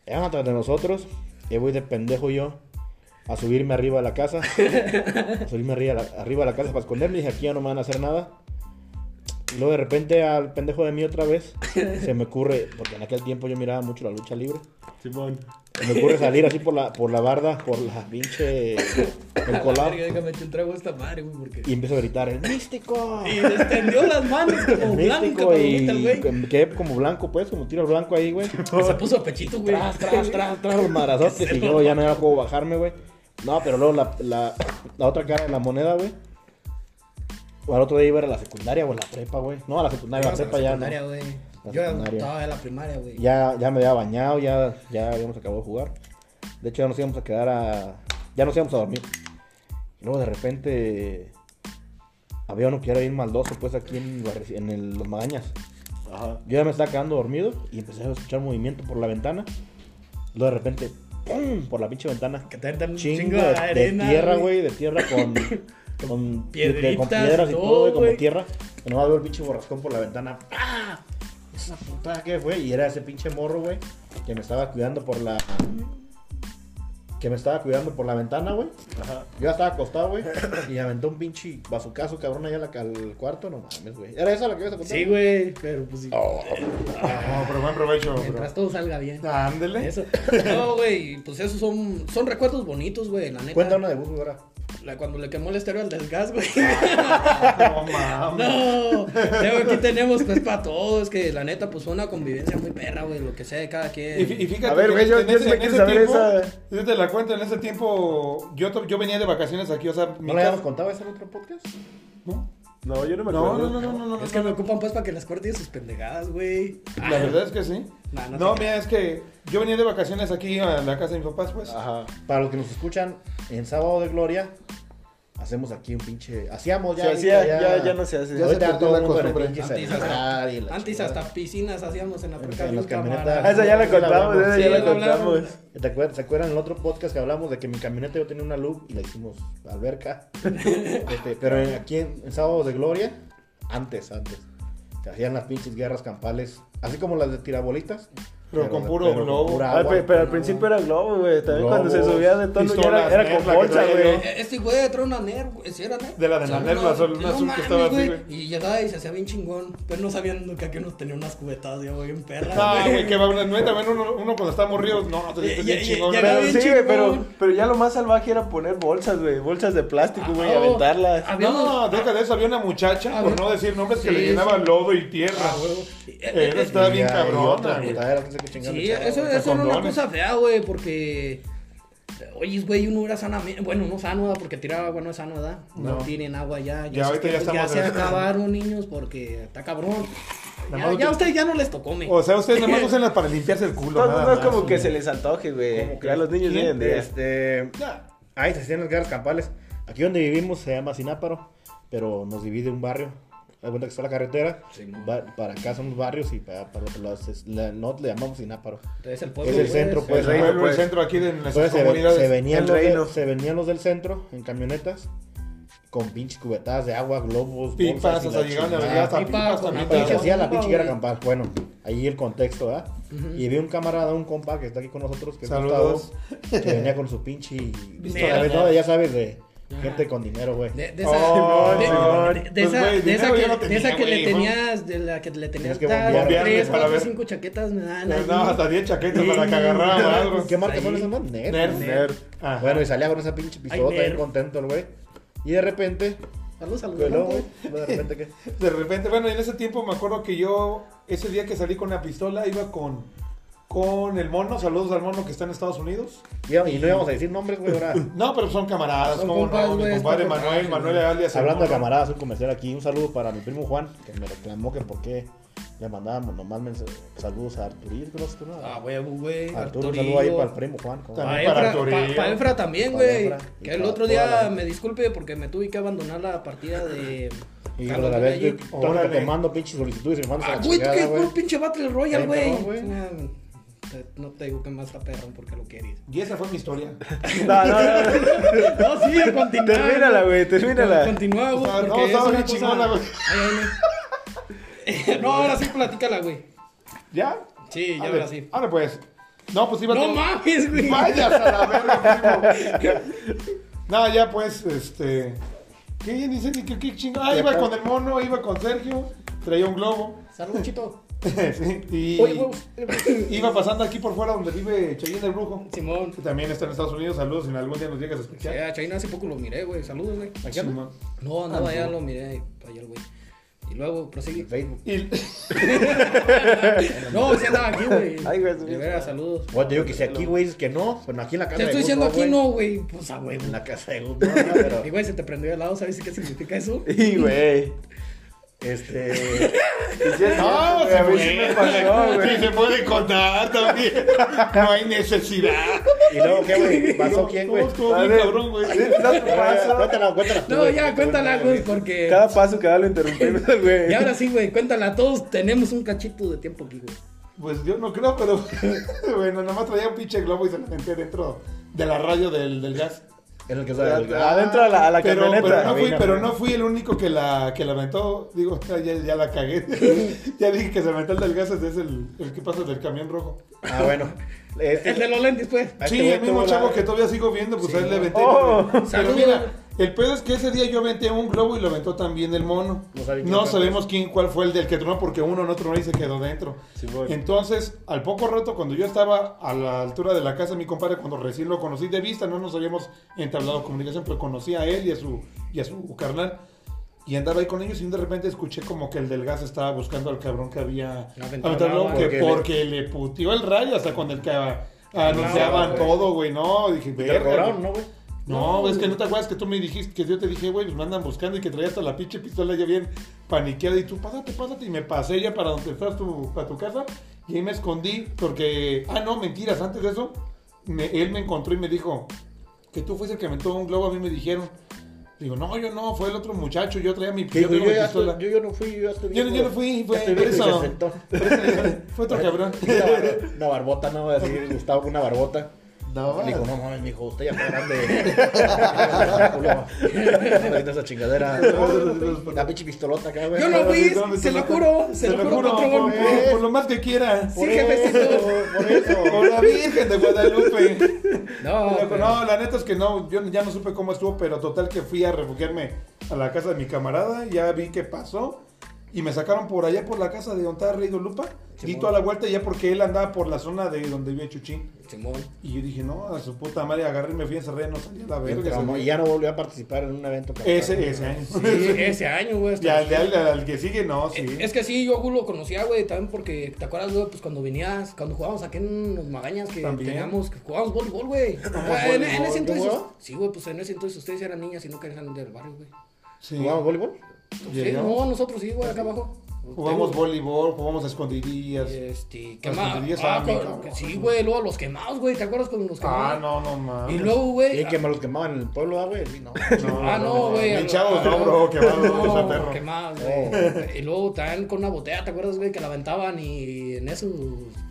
S2: Eran atrás de nosotros. Y voy de pendejo yo a subirme arriba de la casa. a subirme arriba, de la- arriba de la casa para esconderme. Y dije, aquí ya no me van a hacer nada. Y luego de repente al pendejo de mí otra vez se me ocurre, porque en aquel tiempo yo miraba mucho la lucha libre.
S4: Simón.
S2: Se me ocurre salir así por la, por la barda, por la pinche. el
S3: A la
S2: colado.
S3: verga, déjame echar un trago a esta madre, güey, porque.
S2: Y empiezo a gritar, el místico.
S3: Y se extendió las manos como blanca
S2: místico y
S3: palomita, el güey.
S2: que- quedé como blanco, pues, como tiro blanco ahí, güey.
S3: Que Se puso a pechito, güey.
S2: Tras, tras, tras, tras, los marazotes. Y yo ya no era puedo bajarme, güey. No, pero luego la, la, la otra cara de la moneda, güey. O al otro día iba a la secundaria o a la prepa, güey. No, a la secundaria, a la
S3: Íbamos a la
S2: prepa ya, ¿no?
S3: secundaria, güey.
S2: La
S3: Yo
S2: secundaria.
S3: estaba en la primaria, güey.
S2: ya, ya me había bañado, ya, ya habíamos acabado de jugar. De hecho, ya nos íbamos a quedar a. Ya nos íbamos a dormir. Y luego de repente. Había uno que era bien maldoso, pues aquí en, Barre- en el- Los Magañas.
S4: Ajá.
S2: Yo ya me estaba quedando dormido y empecé a escuchar movimiento por la ventana. Luego de repente, ¡pum! Por la pinche ventana.
S3: Que te un
S2: Chingo,
S3: chingo
S2: de,
S3: de
S2: de
S3: arena.
S2: tierra, güey, de tierra con. con
S3: piedritas,
S2: con piedras y
S3: todo,
S2: todo, güey,
S3: güey.
S2: como tierra. Y nomás veo el pinche borrascón por la ventana. ¡Ah! Esa putada que fue. Y era ese pinche morro, güey, que me estaba cuidando por la. Que me estaba cuidando por la ventana, güey. Yo ya estaba acostado, güey. Y aventó un pinche bazucazo, cabrón, allá a la- al cuarto. No mames, güey. ¿Era esa la que ibas a contar?
S3: Sí, güey, pero pues sí.
S2: Oh,
S6: No, pero buen provecho,
S3: Mientras
S6: bro.
S3: todo salga bien.
S6: Ándele.
S3: Eso. No, güey, pues esos son, son recuerdos bonitos, güey, la neta.
S2: Cuenta una de Buffy ahora.
S3: La- cuando le quemó el estéreo al del gas, güey.
S2: Ah,
S6: No mames.
S3: No, luego aquí tenemos pues para todos, que la neta pues fue una convivencia muy perra, güey, lo que sea de cada quien.
S1: Y, fí- y fíjate
S4: A ver,
S1: que
S4: güey, yo- yo sí me quiero saber
S1: tiempo,
S4: esa.
S1: yo te la cuento, en ese tiempo yo, to- yo venía de vacaciones aquí, o sea, mi
S2: ¿No le habíamos
S1: casa-
S2: contado ese en otro podcast?
S1: ¿No?
S4: No, yo no me
S1: No,
S4: acuerdo.
S1: no, no, no, no, no,
S3: es que
S1: no.
S3: me ocupan pues para que las cortes sus pendejadas, güey.
S1: La verdad es que sí.
S3: Ah. No, no
S1: No,
S3: te creas.
S1: mira, es que yo venía de vacaciones aquí a la casa de mis papás, pues.
S3: Ah.
S2: Ajá. Para los que nos escuchan, en Sábado de Gloria hacemos aquí un pinche. Hacíamos ya.
S4: Se hacía,
S2: ahorita
S4: ya- ya no se hace.
S2: Ya se
S6: Ahorita
S2: perdió
S6: todo
S2: la
S6: el mundo en el
S2: costumbre.
S6: pinche
S3: Antes,
S2: celular y
S3: hasta,
S2: la
S3: antes
S2: chingada.
S3: hasta piscinas hacíamos en la
S2: En- en
S3: porca de
S2: las
S3: un camarada.
S2: camionetas.
S4: Ah, esa ya la contamos, esa
S3: Sí,
S4: ya la
S3: la hablamos.
S4: contamos.
S2: ¿Te acuerdas, ¿Se acuerdan en el otro podcast que hablamos de que mi camioneta yo tenía una luz y la hicimos alberca? Este, pero en- aquí en, en Sábado de Gloria, antes, antes. Se hacían las pinches guerras campales, así como las de tirabolitas.
S1: Pero con puro
S2: con
S1: globo.
S2: pura
S4: Ah,
S2: agua.
S4: pero, pero al principio era globo, güey. También cuando se
S2: Globos,
S4: subía de tono ya
S1: pistolas,
S4: era, era con
S1: merla que
S4: bolsa,
S1: traía,
S4: güey.
S1: ¿no?
S3: Eh, Este güey era una NER, güey, ¿sí era NER?
S1: De la de la
S3: Sí,
S1: NER,
S3: no,
S1: la azul-
S3: no
S1: azul que
S3: mames,
S1: estaba así,
S3: Y llegaba y se hacía bien chingón, pero no sabían que aquí nos tenía unas cubetadas, ya, güey, en perra.
S1: Ah, güey, que va, no, también uno, uno cuando está morrido, no, te
S3: Ya-
S1: sientes
S3: ya-
S1: bien
S3: ya-
S1: chingón.
S3: ya
S1: ¿verdad?
S3: era
S4: Pero
S3: bien
S4: sí, güey, pero,
S3: chingón.
S4: pero ya lo más salvaje era poner bolsas, güey. Bolsas de plástico, güey, y
S3: Ah, oh.
S4: aventarlas.
S3: Ah,
S1: No, deja de eso, había una muchacha,
S3: Ah,
S1: por
S3: güey.
S1: no decir nombres, que
S3: Sí,
S1: le llenaba
S3: sí.
S1: lodo y tierra.
S3: Ah, güey. Eh, eh,
S1: Era
S3: eh,
S1: estaba bien
S2: Ya, y
S1: cabrona,
S2: otra
S1: güey.
S2: putadera, no sé qué chingada
S3: Sí,
S2: le echaba,
S3: eso,
S2: güey.
S3: eso era una
S1: condones.
S3: cosa fea, güey, porque. Oye, güey, uno era sanamente. Bueno, no sano, ¿verdad? porque tirar agua no es sano, ¿verdad? No,
S1: No.
S3: tienen agua ya.
S1: Ya ahorita ya
S3: ya
S1: estamos
S3: se
S1: en-
S3: acabaron, niños, porque está cabrón.
S1: Nada
S3: Ya,
S1: más
S3: ya
S1: que-
S3: a ustedes ya no les tocó, me.
S1: O sea, ustedes nada más usan para limpiarse el culo.
S4: Entonces
S1: nada
S4: no es
S1: más,
S4: como que
S1: güey.
S4: se les antoje, güey.
S2: Como que
S4: Ya los niños
S2: ¿quién?
S4: vienen de
S2: Este,
S1: Ya.
S2: ahí se hacían las guerras campales. Aquí donde vivimos se llama Sináparo, pero nos divide un barrio. Hay cuenta que está la carretera.
S3: Sí, no.
S2: va- para acá son los barrios y para, para otro lado es- la- no le llamamos Sináparo.
S3: Entonces, el pueblo,
S2: es el
S3: güey,
S2: centro, pues,
S1: El
S2: ahí,
S1: pueblo,
S4: pues.
S1: el centro aquí de las
S2: Entonces se,
S1: comunidades.
S2: se venían
S4: El
S2: los
S4: reino.
S2: de- se venían los del centro en camionetas con pinches cubetadas de agua, globos,
S1: Pipas,
S2: bolsas y
S1: o sea,
S2: la
S1: llegaban a
S2: chingada.
S1: ver hasta
S3: pipa
S1: pipas
S3: con
S1: también.
S3: pipa.
S2: Pero se hacía la
S3: Bomba,
S2: pinche guerra
S3: güey.
S2: campal. Bueno, ahí el contexto, ¿verdad? Y vi un camarada, un compa que está aquí con nosotros, que es
S1: Saludos.
S2: Gustavo, que venía con su pinche.
S3: Pistola.
S2: Ya sabes, no, ya sabes de. Gente con dinero, güey.
S3: De, de esa,
S1: Oh,
S3: de-
S1: Simón.
S3: de- de
S1: Pues,
S3: esa-
S1: güey,
S3: de esa
S1: dinero
S3: que,
S1: yo no tenía,
S3: de esa que
S1: güey,
S3: le
S1: ¿no?
S3: tenías, de la que le
S2: Tienes
S3: tenías
S2: que
S3: tal,
S2: bombearle
S3: tres,
S1: para
S3: cuatro,
S1: ver.
S3: cinco chaquetas, me dan
S1: Pero
S3: ahí.
S1: No, hasta 10 chaquetas para que agarraran algo.
S2: ¿Qué marca son
S3: Ahí.
S2: esas más? Nerd.
S1: pues, Nerd.
S2: Nerd.
S1: Ajá.
S2: Bueno, y salía con esa pinche pistola,
S3: Ay, Nerd.
S2: bien contento el güey. Y de repente,
S3: Saludos a los
S2: ¿qué luego,
S3: demás.
S2: güey? De repente, ¿qué?
S1: De repente, bueno, en ese tiempo me acuerdo que yo, ese día que salí con la pistola, iba con, con el mono. Saludos al mono que está en Estados Unidos.
S2: Y, y no íbamos a decir nombres, güey, ahora.
S1: No, pero son camaradas,
S3: Son
S1: como
S3: compas,
S1: no, mi
S3: güey,
S1: compadre
S3: está
S1: Manuel,
S3: contagio,
S1: Manuel
S3: güey.
S1: alias. el
S2: Hablando de
S1: Mono.
S2: camaradas, un comercial aquí. Un saludo para mi primo Juan, que me reclamó que por qué le mandábamos nomás mensa- saludos a Arturillo, creo que no.
S3: Ah, huevo, güey.
S2: Arturo, un saludo ahí
S3: Arturillo.
S2: para el primo Juan. ¿cómo?
S1: También
S3: Pa'
S1: para
S3: Efra,
S1: Arturillo.
S3: pa- pa' Efra también,
S2: Pa'
S3: güey.
S2: Efra. Y
S3: Que el
S2: para
S3: otro
S2: toda
S3: día
S2: la-
S3: me disculpe porque me tuve que abandonar la partida de.
S2: Y
S3: Carlos
S2: lo de
S3: Vela Jeep.
S2: haber
S1: Órale.
S2: tomando pinches solicitudes y firmando la
S3: Ah, güey,
S2: chingada,
S3: que
S2: güey.
S3: un pinche Battle Royale,
S2: Ahí,
S3: güey.
S2: perdón, güey.
S3: Sí, te- No te digo que más está perro porque lo querías.
S1: Y esa fue mi historia.
S4: No, no, no.
S3: No, sí, continúa.
S4: Termínala, güey, termínala.
S3: Continúa, güey.
S1: O sea,
S2: Ah,
S3: porque
S1: no,
S3: es
S1: estaba
S3: una
S1: bien
S3: cosa-
S1: chingona, güey.
S3: Ay, ay, no. No, ahora sí, platícala, güey.
S1: ¿Ya?
S3: Sí, ya
S1: Ahora-
S3: ahora sí.
S1: Ahora pues. No, pues iba
S3: No
S1: con-
S3: mames, güey.
S1: Vayas a la verga, primo. No, ya pues, este. ¿Qué ya ni sé ni qué, qué chingada? Ah, iba con el mono, iba con Sergio, traía un globo.
S3: Saludos, chito.
S1: Sí, y
S3: Oye, güey.
S1: iba pasando aquí por fuera donde vive Chayín el Brujo.
S3: Simón.
S1: Que también está en Estados Unidos. Saludos, si algún día nos llegas a
S3: Sí,
S1: escuchar.
S3: a Chaina hace poco lo miré, güey. Saludos, güey.
S1: Simón.
S3: No, andaba
S2: Ah,
S3: allá, lo miré ayer, güey. Y luego proseguí.
S2: En Facebook.
S1: Y
S3: No, sí andaba aquí, güey.
S4: Ay, güey,
S3: De veras, saludos.
S2: Bueno, te digo que si aquí, güey, dices que no, bueno, aquí en la casa
S3: Te
S2: Gus,
S3: estoy diciendo aquí
S2: güey.
S3: no, güey. Pues a huevo.
S2: En la casa de Gus, no, no, pero.
S3: Y güey, se te prendió el lado, ¿sabes qué significa eso?
S4: Y, güey.
S2: Este.
S1: No,
S4: A mí sí me pasó, güey.
S1: Ah, Sí, se puede contar también. No hay necesidad.
S2: ¿Y luego qué, güey? ¿Pasó quién, güey?
S1: No, estuvo bien
S4: A ver.
S1: cabrón, güey.
S4: Cada paso,
S2: Cuéntala, cuéntala. tú,
S3: No,
S2: güey.
S3: ya, cuéntala, güey, porque.
S4: cada paso que da lo interrumpimos, güey.
S3: Y ahora sí, güey, cuéntala. Todos tenemos un cachito de tiempo aquí, güey.
S1: Pues yo no creo, pero bueno, nada más traía un pinche globo y se lo senté dentro de la radio del, del gas.
S2: En el que sale el-
S4: Adentro a la, a la
S1: pero,
S4: camioneta.
S1: pero, no fui,
S2: cabina,
S1: pero
S2: güey.
S1: no fui el único que la, que la aventó. Digo, ya, ya la cagué. ya dije que se aventó el del gas, ese es el, el que pasa del camión rojo.
S2: Ah, bueno. Este-
S3: El de los lentes, pues.
S4: Ah,
S2: Ahí te
S1: Sí,
S2: voy
S1: el mismo
S2: todo
S1: chavo
S2: la-
S1: que todavía sigo viendo, pues
S3: Sí,
S1: a él le aventé.
S4: Oh.
S1: pero
S3: Saludos.
S1: mira, el pedo es que ese día yo aventé un globo y lo aventó también el mono.
S2: No sabe quién
S1: No
S2: fue.
S1: sabemos quién, cuál fue el del que tronó, porque uno no tronó y se quedó dentro.
S4: Sí, voy.
S1: Entonces, al poco rato, cuando yo estaba a la altura de la casa de mi compadre, cuando recién lo conocí de vista, no nos habíamos entablado comunicación, pero conocí a él y a su, y a su carnal. Y andaba ahí con ellos y de repente escuché como que el del gas estaba buscando al cabrón que había
S3: Aventado
S1: aventado el globo,
S3: agua.
S1: que
S2: Porque
S1: porque le
S2: le-
S1: puteó el rayo hasta con el que ah, anunciaban
S2: güey.
S1: todo, güey. No, dije,
S2: Te
S1: verga,
S2: lo cobraron,
S1: güey.
S2: ¿no, güey?
S1: No, güey, es que no te acuerdas que tú me dijiste, que yo te dije, güey, pues me andan buscando y que traía hasta la pinche pistola ya bien paniqueada y tú, pásate, pásate, y me pasé ya para donde estás tu, para tu casa y ahí me escondí porque, ah, no, mentiras, antes de eso, me- él me encontró y me dijo que tú fuiste el que aventó un globo, a mí me dijeron. Digo, no, yo no, fue el otro muchacho, yo traía mi, yo
S2: Digo,
S1: traigo
S2: yo,
S1: mi
S2: ya
S1: pistola.
S2: estoy- yo, yo no fui, yo ya estoy
S1: Yo,
S2: viejo.
S1: yo no fui,
S2: Ya
S1: fue
S2: estoy
S1: por
S2: viejo y
S1: eso.
S2: se sentó.
S1: Fue otro cabrón.
S2: Una, bar- una barbota, no voy a decir, Gustavo con una barbota.
S6: No,
S2: Le
S6: más.
S2: dijo, no mames, mijo, usted ya está grande. No me quita esa chingadera. La pinche pistolota acá, güey.
S3: Yo no fui,
S1: No, no,
S3: se
S1: no,
S3: lo
S1: no.
S3: juro, se lo
S1: por,
S3: juro, patrón.
S1: por- por lo más que quieras.
S3: Sí, jefecito.
S2: Por eso.
S1: Por la Virgen de Guadalupe.
S3: No,
S1: Loco,
S3: pero-
S1: No, la neta es que no, yo ya no supe cómo estuvo, pero total que fui a refugiarme a la casa de mi camarada, ya vi qué pasó y me sacaron por allá por la casa de donde estaba Rey Lupa, di toda la vuelta ya porque él andaba por la zona de donde vive Chuchín
S3: Simón.
S1: y yo dije, no, a su puta madre, agarré y me fui a encerré, no salía la
S2: Y
S1: verga.
S2: tramó, Y
S1: ese-
S2: ya no volvió a participar en un evento. que-
S1: Ese, ese año.
S3: Sí, ese año, güey. hasta-
S1: Y al, al- al que sigue, no, sí.
S3: Eh, Es que sí, yo lo conocía, güey, también porque, ¿te acuerdas, güey? Pues cuando venías, cuando jugábamos aquí en los Magañas, que
S1: También.
S3: teníamos, que jugábamos voleibol, güey. Ah, en, en ese entonces, sí, güey, pues en ese entonces ustedes eran niñas y no querían salir del barrio, güey.
S1: Sí.
S2: ¿Jugamos voleibol?
S3: Sí,
S1: Llegamos,
S3: no, nosotros sí, güey, acá abajo.
S1: Jugamos
S3: Tengo-
S1: voleibol, jugamos a escondidillas.
S3: Este,
S1: Las
S3: quemados.
S1: banderillas
S3: Ah,
S1: estaban
S3: con-
S1: bien
S3: sí,
S1: cabronas.
S3: güey, luego los quemados, güey, ¿te acuerdas cuando los quemados?
S1: Ah, no, no mames.
S3: Y luego, güey.
S2: Y que me los quemaban en el pueblo, ah, güey. Sí, no.
S3: Ah, no, güey.
S1: Bien chavos, no, bro, quemados, no,
S3: No,
S1: esa perro.
S3: quemados,
S2: Oh.
S3: güey. Y luego también con una botella, ¿te acuerdas, güey? Que la aventaban y en eso.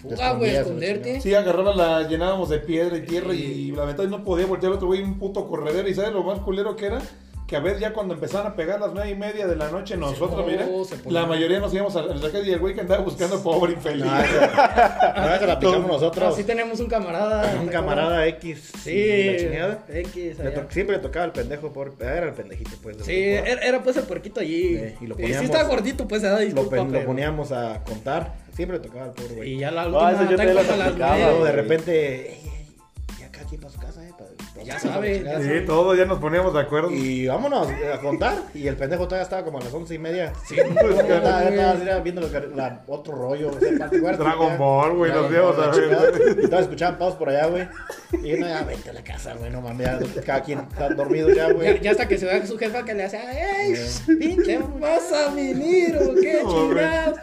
S3: Fuga, güey,
S2: escondías,
S3: esconderte.
S1: Sí, agarraba la, llenábamos de piedra y tierra y la ventana y no podía voltear otro güey, un puto corredero. ¿Y sabes lo más culero que era? que a ver, ya cuando empezaron a pegar las nueve y media de la noche, nosotros,
S3: no,
S1: mira,
S3: se ponía-
S1: la mayoría nos íbamos a la calle y el güey que andaba buscando pobre infeliz.
S2: No,
S3: Ah,
S2: esa- no, esa la aplicamos nosotros.
S3: Así Ah, tenemos un camarada.
S2: Un camarada X.
S3: Sí.
S2: la chingada.
S3: X.
S2: Le
S3: allá.
S2: to- siempre le tocaba al pendejo por. Era el pendejito, pues. de
S3: Sí,
S2: los-
S3: era, era, pues el puerquito allí.
S2: Sí, y
S3: y
S2: lo
S3: sí
S2: poníamos-
S3: estaba gordito, pues, ah,
S2: Lo,
S3: disculpa,
S2: pen- lo
S3: pero-
S2: poníamos a contar. Siempre le tocaba al pobre güey. Ah,
S3: Y ya la
S4: No,
S3: última
S4: eso yo
S3: ataque
S4: te lo
S3: fue a las
S4: platicaba,
S3: nueve.
S2: Luego de
S4: güey.
S2: repente. "Ey, ey, Y acá aquí para su casa, eh. pa-
S3: Ya
S2: pa- pa-
S3: sabe,
S2: chingada".
S1: Sí, todos ya nos poníamos de acuerdo.
S2: Y vámonos eh, a contar. Y el pendejo todavía estaba como a las once y media.
S3: Sí,
S2: Ya estaba, ya estaba así, era viendo los car- la- otro rollo. o sea, parte cuarto,
S1: Dragon
S2: ya.
S1: Ball, güey,
S2: Dragon
S1: nos íbamos
S2: Ball,
S1: a
S2: la
S1: ver.
S2: chingada. Y todos escuchaban paus por allá, güey. Y no, ya vete a la casa, güey, no mames. ya, Cada quien está dormido ya,
S3: Ya,
S2: güey.
S3: ya hasta que se vea su jefa que le hace, ¡Ey! ¡Pinche vas a venir! ¿o qué
S1: No,
S3: chingados!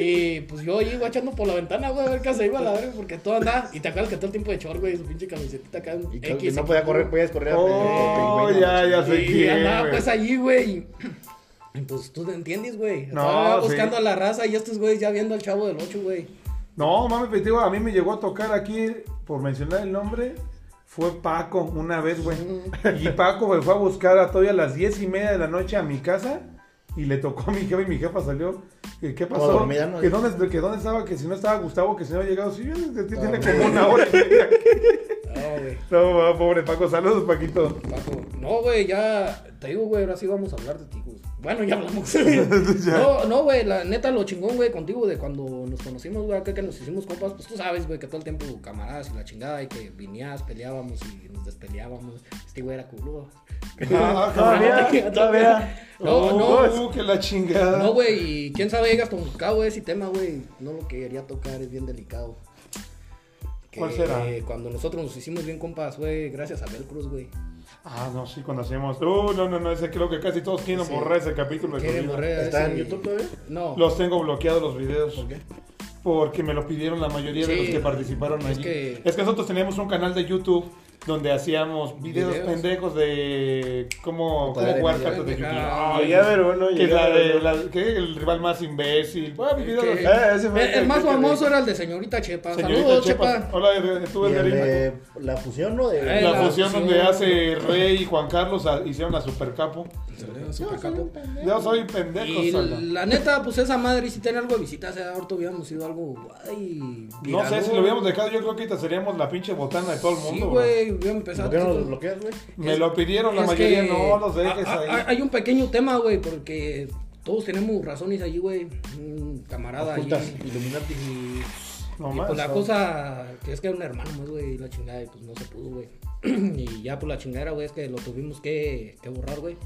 S3: Y pues yo ahí guachando por la ventana, güey, a ver qué se iba a la verga, porque todo andaba. Y te acuerdas que todo el tiempo de chor, güey, su pinche camiseta acá.
S2: Y creo que no podía correr, podías correr.
S1: Oh,
S2: pero-
S1: ya, ya sé
S3: Y
S1: quién,
S3: andaba
S1: güey.
S3: pues allí, güey. Y, Pues tú te entiendes, güey.
S1: No,
S3: Estaba
S1: sí.
S3: buscando a la raza y estos güeyes ya viendo al chavo del 8, güey.
S1: No, mami, pues, digo, a mí me llegó a tocar aquí, por mencionar el nombre, fue Paco una vez, güey. Y Paco me fue a buscar a todavía a las diez y media de la noche a mi casa y le tocó a mi jefa y mi jefa salió. ¿Qué qué
S2: Toda
S1: pasó?
S2: dormida, ¿no?
S1: ¿Que, dónde, que dónde estaba, que si no estaba Gustavo, que si no había llegado. Sí, tiene
S2: Ah,
S1: como una hora. y media.
S3: No, güey.
S1: No, va, pobre Paco, saludos, Paquito.
S3: Paco, no, güey, ya te digo, güey, ahora sí vamos a hablar de ti, güey. Bueno, ya hablamos. No, no, güey, la neta, lo chingón, güey, contigo, de cuando nos conocimos, güey, acá que nos hicimos compas, pues tú sabes, güey, que todo el tiempo camaradas y la chingada, y que vinías, peleábamos y nos despeleábamos. Este güey era culo.
S1: Ah,
S4: Todavía, todavía.
S3: No, no,
S1: uh, que la chingada.
S3: no, güey, y quién sabe, llegas complicado, güey, ese tema, güey, no lo quería tocar, es bien delicado. Que,
S1: ¿Cuál será?
S3: eh, cuando nosotros nos hicimos bien compas, güey, gracias a Bel Cruz, güey.
S1: Ah, no, sí, cuando hacemos. Uh, no, no, no, ese creo que casi todos quieren
S3: Sí.
S1: borrar ese capítulo. de su
S3: Quieren
S1: vida.
S3: borrar
S2: ¿Está en
S3: ese-
S2: YouTube todavía?
S3: No.
S1: Los tengo bloqueados los videos. Porque me lo pidieron la mayoría de
S3: Sí.
S1: los que participaron
S3: Es
S1: allí.
S3: que-
S1: Es que nosotros teníamos un canal de YouTube donde hacíamos videos,
S3: Videos.
S1: pendejos de cómo, cómo
S2: Padre,
S1: jugar
S3: ya,
S1: cartas de
S3: ya.
S1: Yu-Gi-Oh.
S4: Llegué Ah, a ver uno.
S1: Que
S4: llegué
S1: la
S4: a ver
S1: de
S4: uno.
S1: la- que el rival más imbécil. Ah, mi video-
S3: Que-
S1: Eh,
S4: Eh, ese fue
S3: el, el más
S4: que- que-
S3: famoso era el de señorita Chepa.
S1: señorita
S3: Saludos,
S1: Chepa.
S3: Chepa.
S1: Hola, eh, tú
S2: Y
S1: eres
S2: el
S1: Nerima.
S2: de la fusión, ¿no? De,
S3: Eh,
S1: La
S3: la
S1: fusión
S3: fusión.
S1: donde hace Rey y Juan Carlos a- hicieron a Supercapo. Yo soy pendejo,
S3: Y
S1: Salva.
S3: la neta, pues esa madre sí tiene algo de visitas. eh, Ahorita hubiéramos ido algo. Ay,
S1: No sé
S3: viral,
S1: si lo hubiéramos dejado, yo creo que ahorita seríamos la pinche botana de todo el
S3: Sí,
S1: mundo. bro.
S3: güey, hubiéramos empezado.
S2: ¿Por qué no los bloqueas, güey?
S1: Me
S3: Es-
S1: lo pidieron la
S3: es
S1: mayoría,
S3: que
S1: no los dejes
S3: a- a-
S1: ahí.
S3: Hay un pequeño tema, güey, porque todos tenemos razones allí, güey. Un camarada ahí.
S2: Ocultas, Illuminati.
S1: No
S3: Y
S1: más.
S3: pues la cosa que es que era un hermano más, güey, y la chingada, y pues no se pudo, güey. y ya por la chingadera, güey, es que lo tuvimos que, que borrar, güey.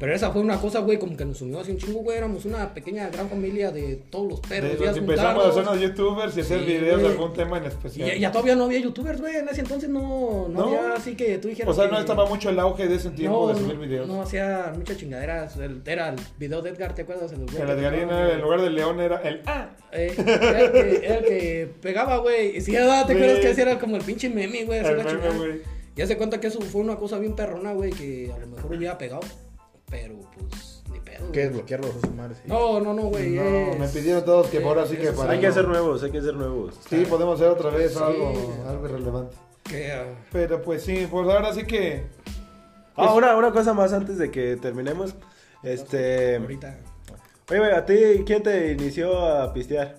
S3: Pero esa fue una cosa, güey, como que nos unió así un chingo, güey. Éramos una pequeña gran familia de todos los
S1: De
S3: perros.
S1: los
S3: ya
S1: que empezamos a
S3: juntados.
S1: hacer los youtubers y hacer
S3: Sí,
S1: videos de
S3: güey.
S1: algún tema en
S3: Y
S1: especial.
S3: ya, ya todavía no había youtubers, güey. En ese entonces no, no,
S1: No.
S3: había así que tú dijeras.
S1: o sea,
S3: que-
S1: no estaba mucho el auge de ese tiempo de subir videos.
S3: No, hacía muchas chingaderas. El- era el video de Edgar, ¿te acuerdas? El,
S1: Que la de Ariana, en lugar del león, era el ah.
S3: Eh, era, el que, era el que pegaba, güey. Y si era, ¿te acuerdas
S1: Sí.
S3: que así era como el pinche meme, güey? así
S1: El
S3: la
S1: meme,
S3: chingada.
S1: güey.
S3: Ya se cuenta que eso fue una cosa bien perrona, güey, que a lo mejor hubiera pegado. Pero pues, ni pedo.
S2: ¿Qué
S3: güey.
S2: es bloquear los madres? sí.
S3: No, no, no, güey.
S1: No,
S3: es- eh,
S1: me pidieron todos que por así que
S3: es-
S1: para.
S4: Hay que hacer nuevos, hay que hacer nuevos.
S1: Sí, podemos hacer otra vez
S3: Sí.
S1: algo, algo relevante.
S3: que, ah,
S1: Pero pues sí, pues ahora sí que.
S4: Ah, una, una cosa más antes de que terminemos. Este.
S3: ahorita.
S4: Oye, güey, ¿a ti quién te inició a pistear?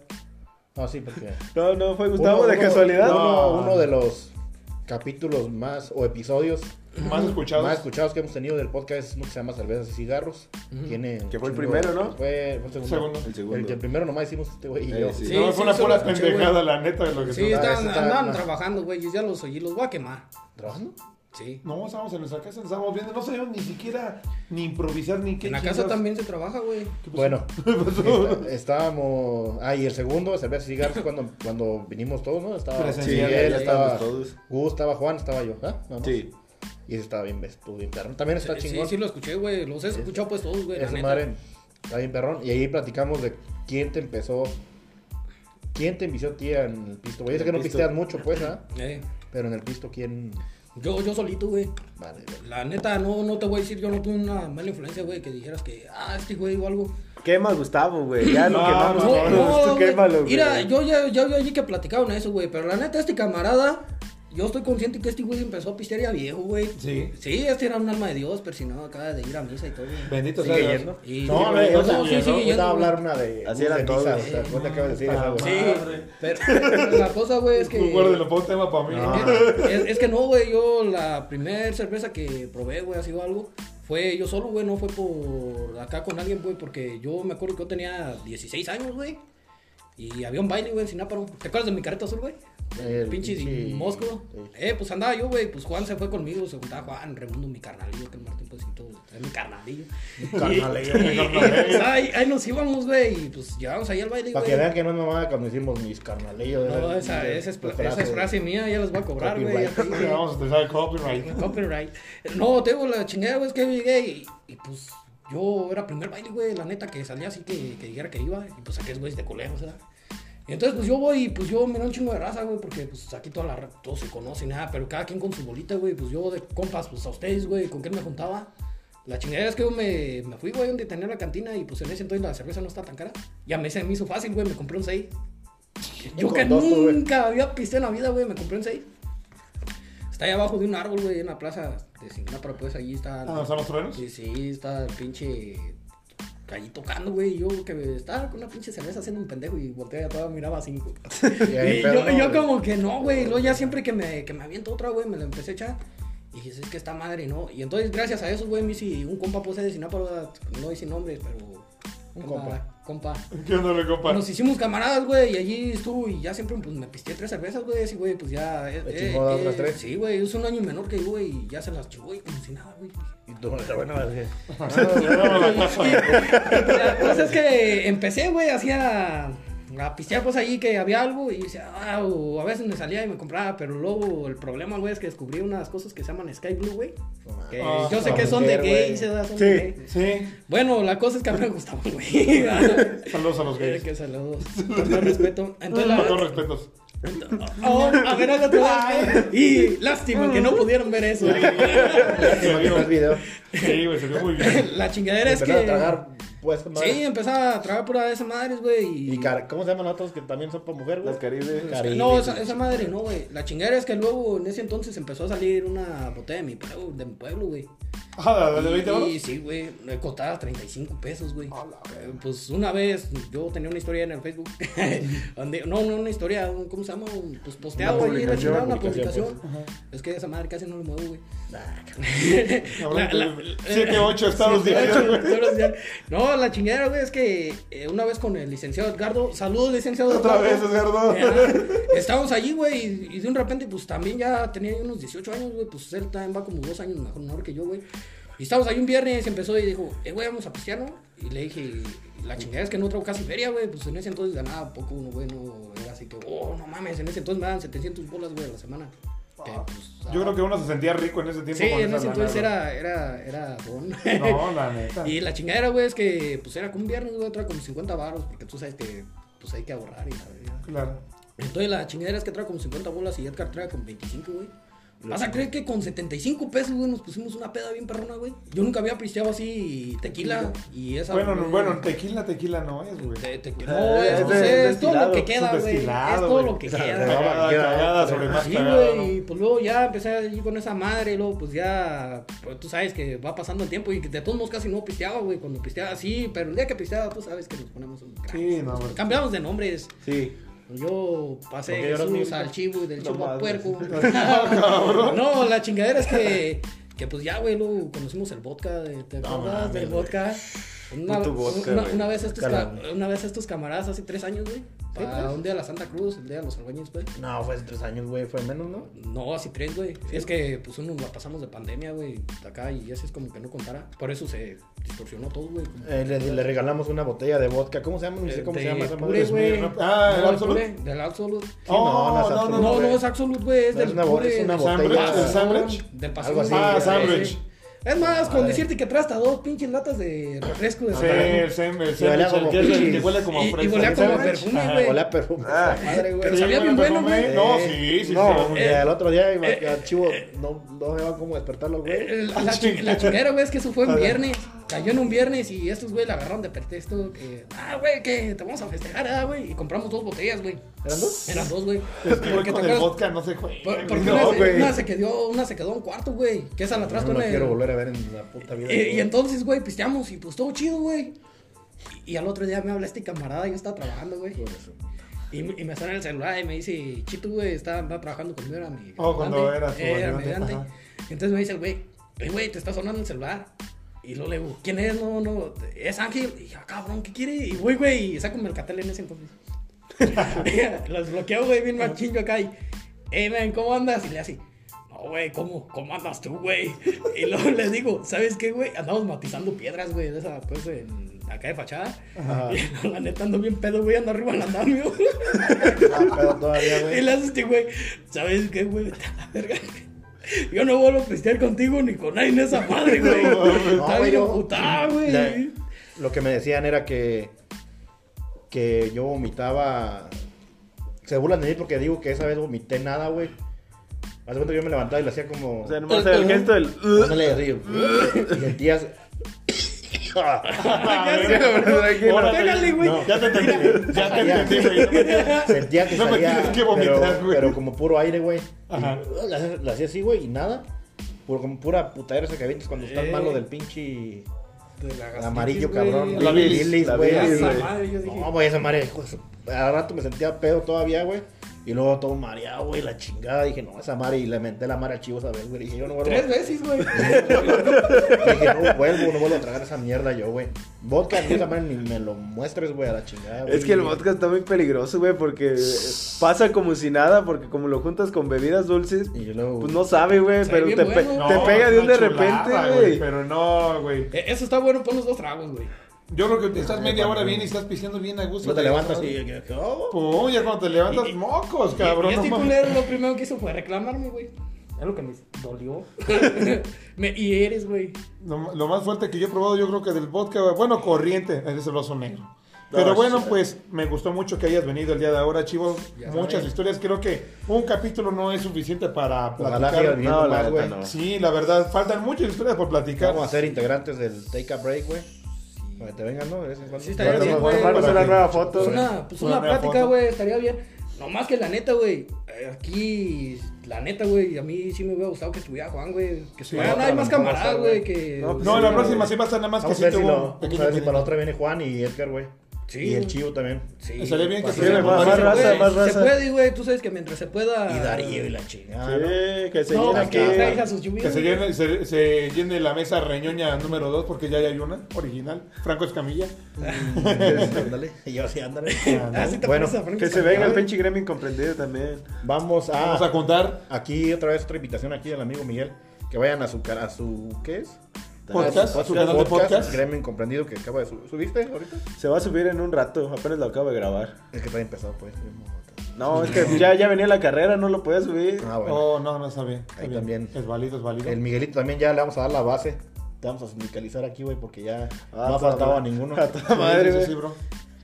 S2: No, sí, porque.
S4: No, no fue Gustavo Pues de
S2: uno-
S4: casualidad.
S2: Uno, uno de los capítulos más o episodios
S1: Más escuchados.
S2: más escuchados que hemos tenido del podcast es uno que se llama Cervezas y Cigarros. Tiene un
S4: Que fue el
S2: chingo-
S4: primero, ¿no?
S2: Fue, fue el segundo.
S1: Segundo.
S4: El segundo.
S2: El, el primero nomás hicimos este güey y
S4: Eh,
S2: yo.
S4: sí.
S1: No,
S3: Sí,
S1: fue
S3: sí,
S1: una
S3: sí,
S1: pura
S3: lo escuché, güey.
S1: pendejada, pues, la neta, de lo que
S3: Sí,
S1: son.
S3: estaban,
S2: ese está-
S3: andaban
S2: no.
S3: trabajando, güey. Yo ya los oí, los voy a quemar.
S2: ¿Trabajando?
S3: Sí.
S1: No, estábamos en nuestra casa, estábamos viendo, no sabíamos ni siquiera ni improvisar ni qué.
S3: En la casa
S1: chingados.
S3: también se trabaja, güey.
S2: Bueno, esta- estábamos. Ah, y el segundo, Cervezas y Cigarros, cuando, cuando vinimos todos, ¿no? Estaba
S1: Presencial,
S4: Sí, ya,
S2: Miguel,
S4: ya
S2: estaba
S4: estábamos todos.
S2: Gus, estaba Juan, estaba yo. ¿Ah? Vamos.
S4: Sí.
S2: Y ese estaba bien, estuvo bien perrón. También está
S3: Sí,
S2: chingón.
S3: sí, lo escuché, güey. Los he escuchado pues todos, güey. la
S2: Esa
S3: neta.
S2: madre está bien perrón. Y ahí platicamos de quién te empezó. ¿Quién te envició tía en el pisto? Güey, yo sé que
S4: En el
S2: no
S4: pisto.
S2: pisteas mucho, pues, ¿ah?
S3: Eh,
S2: Pero en el pisto, ¿quién?
S3: yo, yo solito, güey.
S2: Vale,
S3: La neta, no, no te voy a decir, yo no tuve una mala influencia, güey, que dijeras que, ah, este güey o algo.
S4: Quema a Gustavo, güey. Ya lo
S1: No,
S2: Ah,
S4: quemamos.
S1: no,
S4: Ah, No,
S3: No,
S4: tú
S3: güey.
S4: quémalo, güey.
S3: Mira, yo ya, ya vi allí que platicaban eso, güey. Pero la neta, este camarada yo estoy consciente que este güey empezó a pistear ya viejo, güey.
S1: Sí.
S3: Sí, este era un alma de Dios, persinado acá de ir a misa y todo. güey.
S1: Bendito sea
S4: Sigue
S1: Dios.
S4: yendo.
S3: Y-
S2: No, no,
S3: No,
S2: yo
S3: sí,
S2: sí,
S3: sigue
S2: sí,
S3: yendo,
S2: a
S3: güey.
S2: hablar una de.
S4: Así era
S2: de
S4: todo,
S2: misa,
S4: güey.
S2: o sea, ¿cuál te acabas de decir esa, güey?
S3: Sí, pero, pero la cosa, güey, es que... Ah.
S1: Guárdenlo para un tema para mí.
S2: No.
S3: Es, es que no, güey, yo la primer cerveza que probé, güey, así o algo, fue yo solo, güey, no fue por acá con alguien, güey, porque yo me acuerdo que yo tenía 16 años, güey, y había un baile, güey, en Sináparo. ¿Te acuerdas de mi carreta azul, güey?
S2: El
S3: Pinche
S2: pinche- este.
S3: mosco.
S2: sí.
S3: Eh, pues andaba yo, güey, pues Juan se fue conmigo, se juntaba Juan, Raimundo, mi carnalillo, que el Martín, pues, y todo, es mi carnalillo.
S2: Carnalillo,
S3: Y-
S2: mi
S3: y-
S2: carnalillo.
S3: pues, ahí, ahí nos íbamos, güey, y pues llegábamos ahí al baile, güey.
S2: Para que vean que no es mamada cuando hicimos mis carnalillos.
S3: No,
S2: ¿verdad?
S3: esa, esa es,
S2: Los
S3: esa es
S2: frases.
S3: frase mía, ya las voy a cobrar, güey.
S2: Copyright.
S3: ya te dije.
S1: Vamos a utilizar el copyright.
S3: Copyright. No, te digo, la chingada, güey, es que llegué y, y, pues yo era primer baile, güey, la neta, que salía así que, que dijera que iba. Y pues aquí es, güey, de coleros, ¿verdad? Y entonces, pues yo voy y pues yo me da un chingo de raza, güey, porque pues aquí toda la ra- todos se conocen, nada, pero cada quien con su bolita, güey, pues yo de compas, pues a ustedes, güey, ¿con quién me juntaba? La chingada es que yo me, me fui, güey, donde tenía la cantina y pues en ese entonces la cerveza no está tan cara. Ya me, se me hizo fácil, güey, me compré un 6. Yo
S2: Con
S3: que
S2: dos, tú, güey.
S3: nunca había pisteado en la vida, güey, me compré un 6. Está ahí abajo de un árbol, güey, en la plaza de Singapur, pues ahí está.
S1: Ah, ¿Son los truenos?
S3: Sí, sí, está el pinche. Allí tocando, güey, y yo que estaba con una pinche cerveza haciendo un pendejo y volteé a toda miraba a cinco.
S2: Y ahí,
S3: Y
S2: pero
S3: yo,
S2: no,
S3: yo
S2: güey.
S3: como que no, güey. Luego ya siempre que me, que me aviento otra, güey, me la empecé a echar. Y dije, es que esta madre, ¿no? Y entonces, gracias a eso, güey, me hice un compa pose de Sináparo, no hice nombres, pero...
S2: Un
S3: anda,
S2: compa.
S3: Compa.
S1: ¿Qué onda, mi compa?
S3: Nos hicimos camaradas, güey, y allí estuvo y ya siempre pues, me pisté tres cervezas, güey, así, güey, pues ya... eh,
S2: ¿Le chingó las otras tres?
S3: Sí, güey, es un año menor que yo, güey, y ya se las chingó y como si nada, güey.
S2: Y tú, bueno, así.
S3: La cosa es que empecé, güey, hacía a pistear pues allí que había algo y decía, ah, o a veces me salía y me compraba, pero luego el problema, güey, es que descubrí unas cosas que se llaman Sky Blue, güey. que
S1: Ah,
S3: yo sé
S2: la
S3: que son de
S2: mujer, güey.
S3: gays, ¿verdad? son
S4: Sí.
S3: de gays.
S1: Sí,
S3: Bueno, la cosa es que a mí me gustaban, güey.
S1: saludos a los
S3: Eh,
S1: gays.
S3: que saludos. Con todo respeto. Entonces, la-
S1: Con todos respetos.
S3: Oh, a ver, hágate ver. Y lástima que no pudieron ver eso.
S2: Lástima que no es video.
S1: Sí, güey, se vio muy bien.
S3: La chingadera es que.
S2: Empezaron a tragar, pues, madre.
S3: Sí, empezaba a tragar pura de esas madres, güey.
S2: Y car- ¿Cómo se llaman las otras que también son para mujer, güey?
S4: Las caribes.
S2: Caribe,
S3: No, esa,
S2: güey.
S3: esa madre no, güey. La chingadera es que luego en ese entonces empezó a salir una botella de mi pueblo, de mi pueblo, güey.
S1: Ah, dale 20 horas.
S3: Y sí, güey, me costaba 35 pesos, güey. Eh, Pues una vez yo tenía una historia en el Facebook. donde- no, no, una historia, un- ¿cómo se llama? Un, Pues posteado
S2: Una
S3: ahí, la
S2: publicación,
S3: chingada, una
S2: publicación, pues.
S3: publicación. Es que esa madre casi no lo muevo, güey. La- la-
S1: 7, 8 estados
S3: Sí,
S1: diferentes. güey.
S3: todos los días. No, la chingadera, güey, es que eh, una vez con el licenciado Edgardo, saludos, licenciado
S1: Otra vez,
S3: Edgardo.
S1: Edgardo.
S3: Ajá. Estábamos allí, güey, y, y de un repente, pues también ya tenía unos 18 años, güey, pues él también va como dos años mejor, menor que yo, güey. Y estábamos ahí un viernes, empezó y dijo, eh, güey, vamos a pistear, ¿no? Y le dije, la chingada es que no traigo casi feria, güey, pues en ese entonces ganaba poco uno, güey, no era así que, oh, no mames, en ese entonces me daban 700 bolas, güey, a la semana. Que, pues,
S1: Yo
S3: ah,
S1: creo que uno se sentía rico en ese tiempo.
S3: Sí,
S1: con
S3: en
S1: esa
S3: ese
S1: lana,
S3: entonces
S1: güey.
S3: era, era, era don.
S1: No, la neta.
S3: Y la chingadera, güey, es que pues era como un viernes, güey, otra como 50 baros, porque tú sabes que pues hay que ahorrar y la verdad.
S1: Claro.
S3: Entonces la chingadera es que trae como 50 bolas y Edgar trae con 25, güey. ¿Vas a creer que con 75 pesos, güey, nos pusimos una peda bien perrona, güey? Yo nunca había pisteado así tequila y esa...
S1: Bueno, no,
S3: güey,
S1: bueno, Eh, tequila, tequila no es, güey.
S3: te- te-
S4: sea,
S3: no, es,
S4: es
S3: o sea, es todo lo
S4: destilado,
S3: que
S1: Es un
S3: queda, güey. Es
S1: destilado,
S3: todo
S1: güey.
S3: lo que
S1: O sea,
S3: queda. güey.
S1: Cagada,
S2: güey.
S1: cagada sobre más
S3: Sí,
S1: cagada, ¿no?
S3: güey, y pues luego ya empecé a ir con esa madre, y luego pues ya, pues, tú sabes que va pasando el tiempo y que de todos modos casi no pisteaba, güey, cuando pisteaba sí, pero el día que pisteaba tú sabes que nos ponemos un...
S1: Sí, no, güey.
S3: Cambiamos de nombres, Pues,
S4: Sí.
S3: yo pasé
S2: Porque ahora
S3: Jesús
S2: sí.
S3: al chivo y del
S4: No
S3: chivo al
S4: mames.
S3: puerco. no, la chingadera es que, que pues ya, güey, luego conocimos el vodka, de- ¿te acuerdas del vodka? Una,
S4: Puto vodka,
S3: una-
S4: güey.
S3: una vez estos,
S2: Cala,
S3: ca- una vez estos camaradas hace tres años, güey, para un día de la Santa Cruz, el día de los pues, albañiles, güey.
S2: No, fue hace tres años, güey. Fue menos, ¿no?
S3: No, así tres, güey. Es que pues uno la pasamos de pandemia, güey, acá y ese es como que no contara. Por eso se distorsionó todo, güey. como-
S2: Eh, le, le regalamos una botella de vodka. ¿cómo se llama? Ni sé
S3: Eh,
S2: cómo se
S3: de
S2: llama esa
S3: pure,
S2: madre.
S3: güey.
S1: Smirnoff. Ah, el
S3: No,
S1: Absolut.
S3: pure, Del Absolut.
S2: no,
S1: Oh, no,
S2: no,
S1: no,
S3: No,
S1: no.
S3: no,
S2: güey.
S3: es Absolut, güey, es
S2: No,
S3: del
S2: es una bo-
S3: pure,
S2: es una
S3: del
S2: botella.
S3: Pasón,
S1: ¿El sándwich?
S3: Del
S2: Algo
S3: pasón.
S2: así.
S1: Ah,
S2: Sí,
S1: sándwich.
S3: sí. Es más, con
S2: Madre.
S3: decirte que trae hasta dos pinches latas de refresco de
S1: Sí,
S3: Santa
S1: el sem- el
S2: Y olía
S1: sándwich, el
S2: como
S1: que es el que
S2: pichis.
S1: huele como
S3: Y- y
S1: a fresa.
S3: olía
S1: ¿El
S3: como a
S1: sándwich?
S3: perfume,
S1: Ajá.
S3: güey. Eh,
S2: Huele a perfume.
S4: Ah.
S2: esa madre, güey.
S3: Pero sabía bien bueno, güey.
S1: perfume. No, sí, sí.
S2: No,
S1: sí,
S2: eh,
S1: sí.
S2: el otro día iba al chivo, no, no me va como despertarlo, güey.
S3: Eh, La,
S1: Ah,
S3: la chi- la chingadera, güey, es que eso fue un viernes. Cayó en un viernes y estos, güey, la agarraron de pretexto. Que, ah, güey, que te vamos a festejar, ah, güey. Y compramos dos botellas, güey.
S2: ¿Eran dos?
S3: Eran dos, güey.
S1: Porque
S3: Porque te
S1: con el
S3: acuerdas-
S1: vodka no se juega.
S3: por-
S1: güey.
S3: Porque
S1: No,
S3: una, se-
S1: güey.
S3: una se quedó, una se quedó en cuarto, güey. Que esa la atrás
S5: No
S3: tú
S5: la
S3: le-
S5: quiero volver a ver en la puta vida.
S2: Ah,
S3: Y, y entonces, güey, pisteamos y pues todo chido, güey. Y, y al otro día me habla este camarada, yo estaba trabajando, güey. Y, me- y me suena el celular y me dice, Chito, güey, estaba andaba trabajando conmigo, era mi...
S1: Oh, cuando
S3: comediante".
S1: eras tu
S3: Eh, Era mi
S1: ayudante,
S3: ayudante.
S1: ajá.
S3: Entonces me dice el güey, "Ey, güey, te está sonando el celular. Y luego le digo, ¿quién es? No, no, es Ángel. Y yo, "Ah, cabrón, ¿qué quiere? Y voy, güey, y saco el cartel en ese entonces. Los bloqueo, güey, bien machín yo acá y... Hey, man, ¿cómo andas? Y le así... No, güey, ¿cómo, ¿cómo andas tú, güey? Y luego les digo, ¿sabes qué, güey? Andamos matizando piedras, güey, de esa, pues, en, acá de fachada. Y la neta ando bien pedo, güey, ando arriba del andamio.
S2: Pero todavía,
S3: y
S2: güey.
S3: le haces este, güey, ¿sabes qué, güey? Vete a la verga. Yo no vuelvo a pistear contigo ni con nadie en esa madre, güey. Está
S2: güey,
S3: bien
S2: yo- La-
S3: putada, güey.
S2: Lo que me decían era que. Que yo vomitaba. Se burlan de mí porque digo que esa vez vomité nada, güey. Hace cuenta que yo me levantaba y le hacía como.
S4: O sea, nomás el gesto del.
S2: No le río. Y sentías.
S3: Pégale, güey.
S2: No.
S1: Ya te entendí. Ya te entendí, güey.
S2: Sentía que
S1: No me
S2: salía.
S1: tienes que vomitar,
S2: pero,
S1: güey.
S2: pero como puro aire, güey.
S1: Ajá.
S2: Y, uh, La hacía- la hacía así, güey, y nada. Puro, como pura putadera esa que avientas cuando estás
S3: Eh.
S2: malo del pinche
S3: De la gastritis,
S2: amarillo,
S3: güey.
S2: cabrón.
S1: La bilis,
S4: la
S2: güey.
S4: bilis,
S2: Esa
S4: güey.
S3: madre, yo dije. "Pues,
S2: No, güey, esa madre. hijo de su- Al rato me sentía pedo todavía, güey. Y luego todo mareado, güey, la chingada. Dije, no, esa madre. Y le menté la madre a Chivo esa vez, güey. Dije, yo no vuelvo.
S3: Tres veces, güey.
S2: Dije, no vuelvo, no vuelvo a tragar esa mierda yo, güey. Vodka, ni esa madre, ni me lo muestres, güey, a la chingada. güey.
S4: Es que el vodka está muy peligroso, güey, porque pasa como si nada, porque como lo juntas con bebidas dulces,
S2: Y luego-
S4: pues no sabe, güey,
S3: Sabe
S4: pero
S3: bien
S4: te, pe-
S3: bueno.
S4: te
S1: No,
S4: pega de un
S1: una
S4: de
S1: chulada,
S4: repente, güey.
S1: Pero no, güey.
S3: Eh, Eso está bueno, pon los dos tragos, güey.
S1: Yo creo que te estás media hora bien y estás pisando bien a gusto.
S2: pues, No te levantas y. "Oh,
S1: Pum, ya cuando te levantas, mocos, cabrón.
S3: Y este
S1: no mames.
S3: culero lo primero que hizo fue reclamarme, güey. Es lo que me dolió. me, y eres, güey. Pues
S1: Lo, lo más fuerte que yo he probado, yo creo que del vodka, bueno, corriente, es el oso negro. Pero
S4: Ah,
S1: bueno,
S4: sí.
S1: pues me gustó mucho que hayas venido el día de ahora, Chivo.
S3: Ya
S1: Muchas
S3: saben.
S1: historias. Creo que un capítulo no es suficiente para
S2: Ojalá sigas
S1: platicar.
S2: viniendo
S4: No, la
S2: más,
S4: neta,
S2: güey.
S4: no. viniendo.
S1: Sí, la verdad, faltan muchas historias por platicar.
S2: Vamos a ser integrantes del Take a Break, güey. Para que te vengan, ¿no? De vez en cuando.
S3: Sí, estaría
S2: Guarda-
S3: bien,
S2: guarda-
S3: güey.
S2: guarda-
S4: Vamos a
S2: para
S4: una
S2: que-
S4: nueva foto.
S3: Pues una, pues
S1: Una
S3: una
S1: nueva
S3: plática,
S1: foto.
S3: güey, estaría bien. No más que la neta, güey. eh, Aquí, la neta, güey, a mí sí me hubiera gustado que estuviera Juan, güey. Que
S1: Sí,
S3: estuviera
S2: otra
S3: hay más
S2: vamos a
S3: camaradas,
S2: hacer,
S3: güey,
S2: güey.
S3: que...
S4: No, pues
S1: No, la
S4: Sí,
S1: próxima
S4: güey.
S1: sí va a estar nada más que
S2: Vamos
S1: sí
S2: a ver si
S1: tuvo
S2: lo-
S1: un
S2: vamos a
S1: pequeño
S2: ver si para
S1: pendiente.
S2: la otra viene Juan y Edgar, güey.
S3: Sí.
S2: Y el Chivo también.
S3: Sí.
S1: Estaría bien que
S3: Pues
S1: sí,
S3: sí,
S1: más-
S3: güey,
S1: más
S3: se
S1: raza,
S3: puede,
S4: más
S3: si
S4: raza.
S3: Se puede, güey, tú sabes que mientras se pueda...
S2: Y Darío y la chingada. ¿no?
S4: Sí, que se
S3: No,
S4: llena
S3: pues que
S4: aquí.
S3: traigas a sus lluvias,
S1: Que se
S3: güey.
S1: llene, se, se llene la mesa reñoña número 2 porque ya hay una original. Franco Escamilla.
S2: Ah. Ándale. Y yo así, ándale.
S3: Ah, sí te
S2: Bueno,
S3: pones a Frank
S4: Que se
S3: Escamilla,
S4: venga el
S3: güey.
S4: pinche gremio incomprendido también.
S2: Vamos a.
S1: Vamos a contar
S2: Aquí otra vez otra invitación aquí del amigo Miguel. Que vayan a su cara, a su. ¿Qué es?
S1: podcast,
S2: a
S1: su canal de podcast.
S2: Gremio Incomprendido que acaba de subir. ¿Subiste ahorita?
S4: Se va a subir en un rato, apenas lo acabo de grabar.
S2: Es que todavía empezado, pues.
S4: No, es que ya, ya venía la carrera, no lo podía subir.
S2: Ah, bueno.
S1: Oh, no, no está bien. está
S2: Ahí
S1: bien.
S2: también.
S1: Es válido, es válido.
S2: El Miguelito también ya le vamos a dar la base. Te vamos a sindicalizar aquí, güey, porque ya
S4: Ah,
S2: no ha
S4: toda
S2: faltado a
S4: madre.
S2: ninguno.
S4: A toda
S1: Sí,
S4: madre,
S1: sí,
S4: güey.
S1: sí, bro.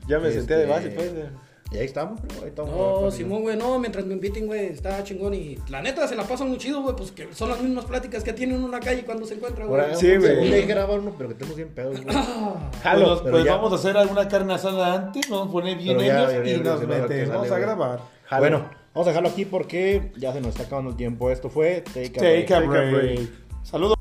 S4: Ya me senté de base,
S2: Este-
S4: pues.
S2: Y ahí estamos, creo. Ahí estamos.
S3: No, Simón, güey, no, mientras me inviten, güey, está chingón y la neta se la pasan muy chido, güey, pues que son las mismas pláticas que tienen uno en la calle cuando se encuentra, güey.
S2: Ahora,
S4: Sí,
S2: sí,
S4: güey.
S2: güey. Voy a grabar uno, pero que estemos bien pedos, güey.
S1: Pues, nos-
S2: pero
S1: pues
S2: ya.
S1: vamos a hacer alguna carne asada antes, nos vamos a poner bien
S2: Pero ya,
S1: ellos
S2: ya, ya,
S1: y
S2: ya,
S1: nos
S2: ya, ya, ya,
S1: metemos
S2: ya, ya,
S1: a
S2: ya.
S1: grabar.
S2: Jalo. Bueno, vamos a dejarlo aquí porque ya se nos está acabando el tiempo. Esto fue Take a Break.
S1: Take a
S4: break.
S1: break. Saludos.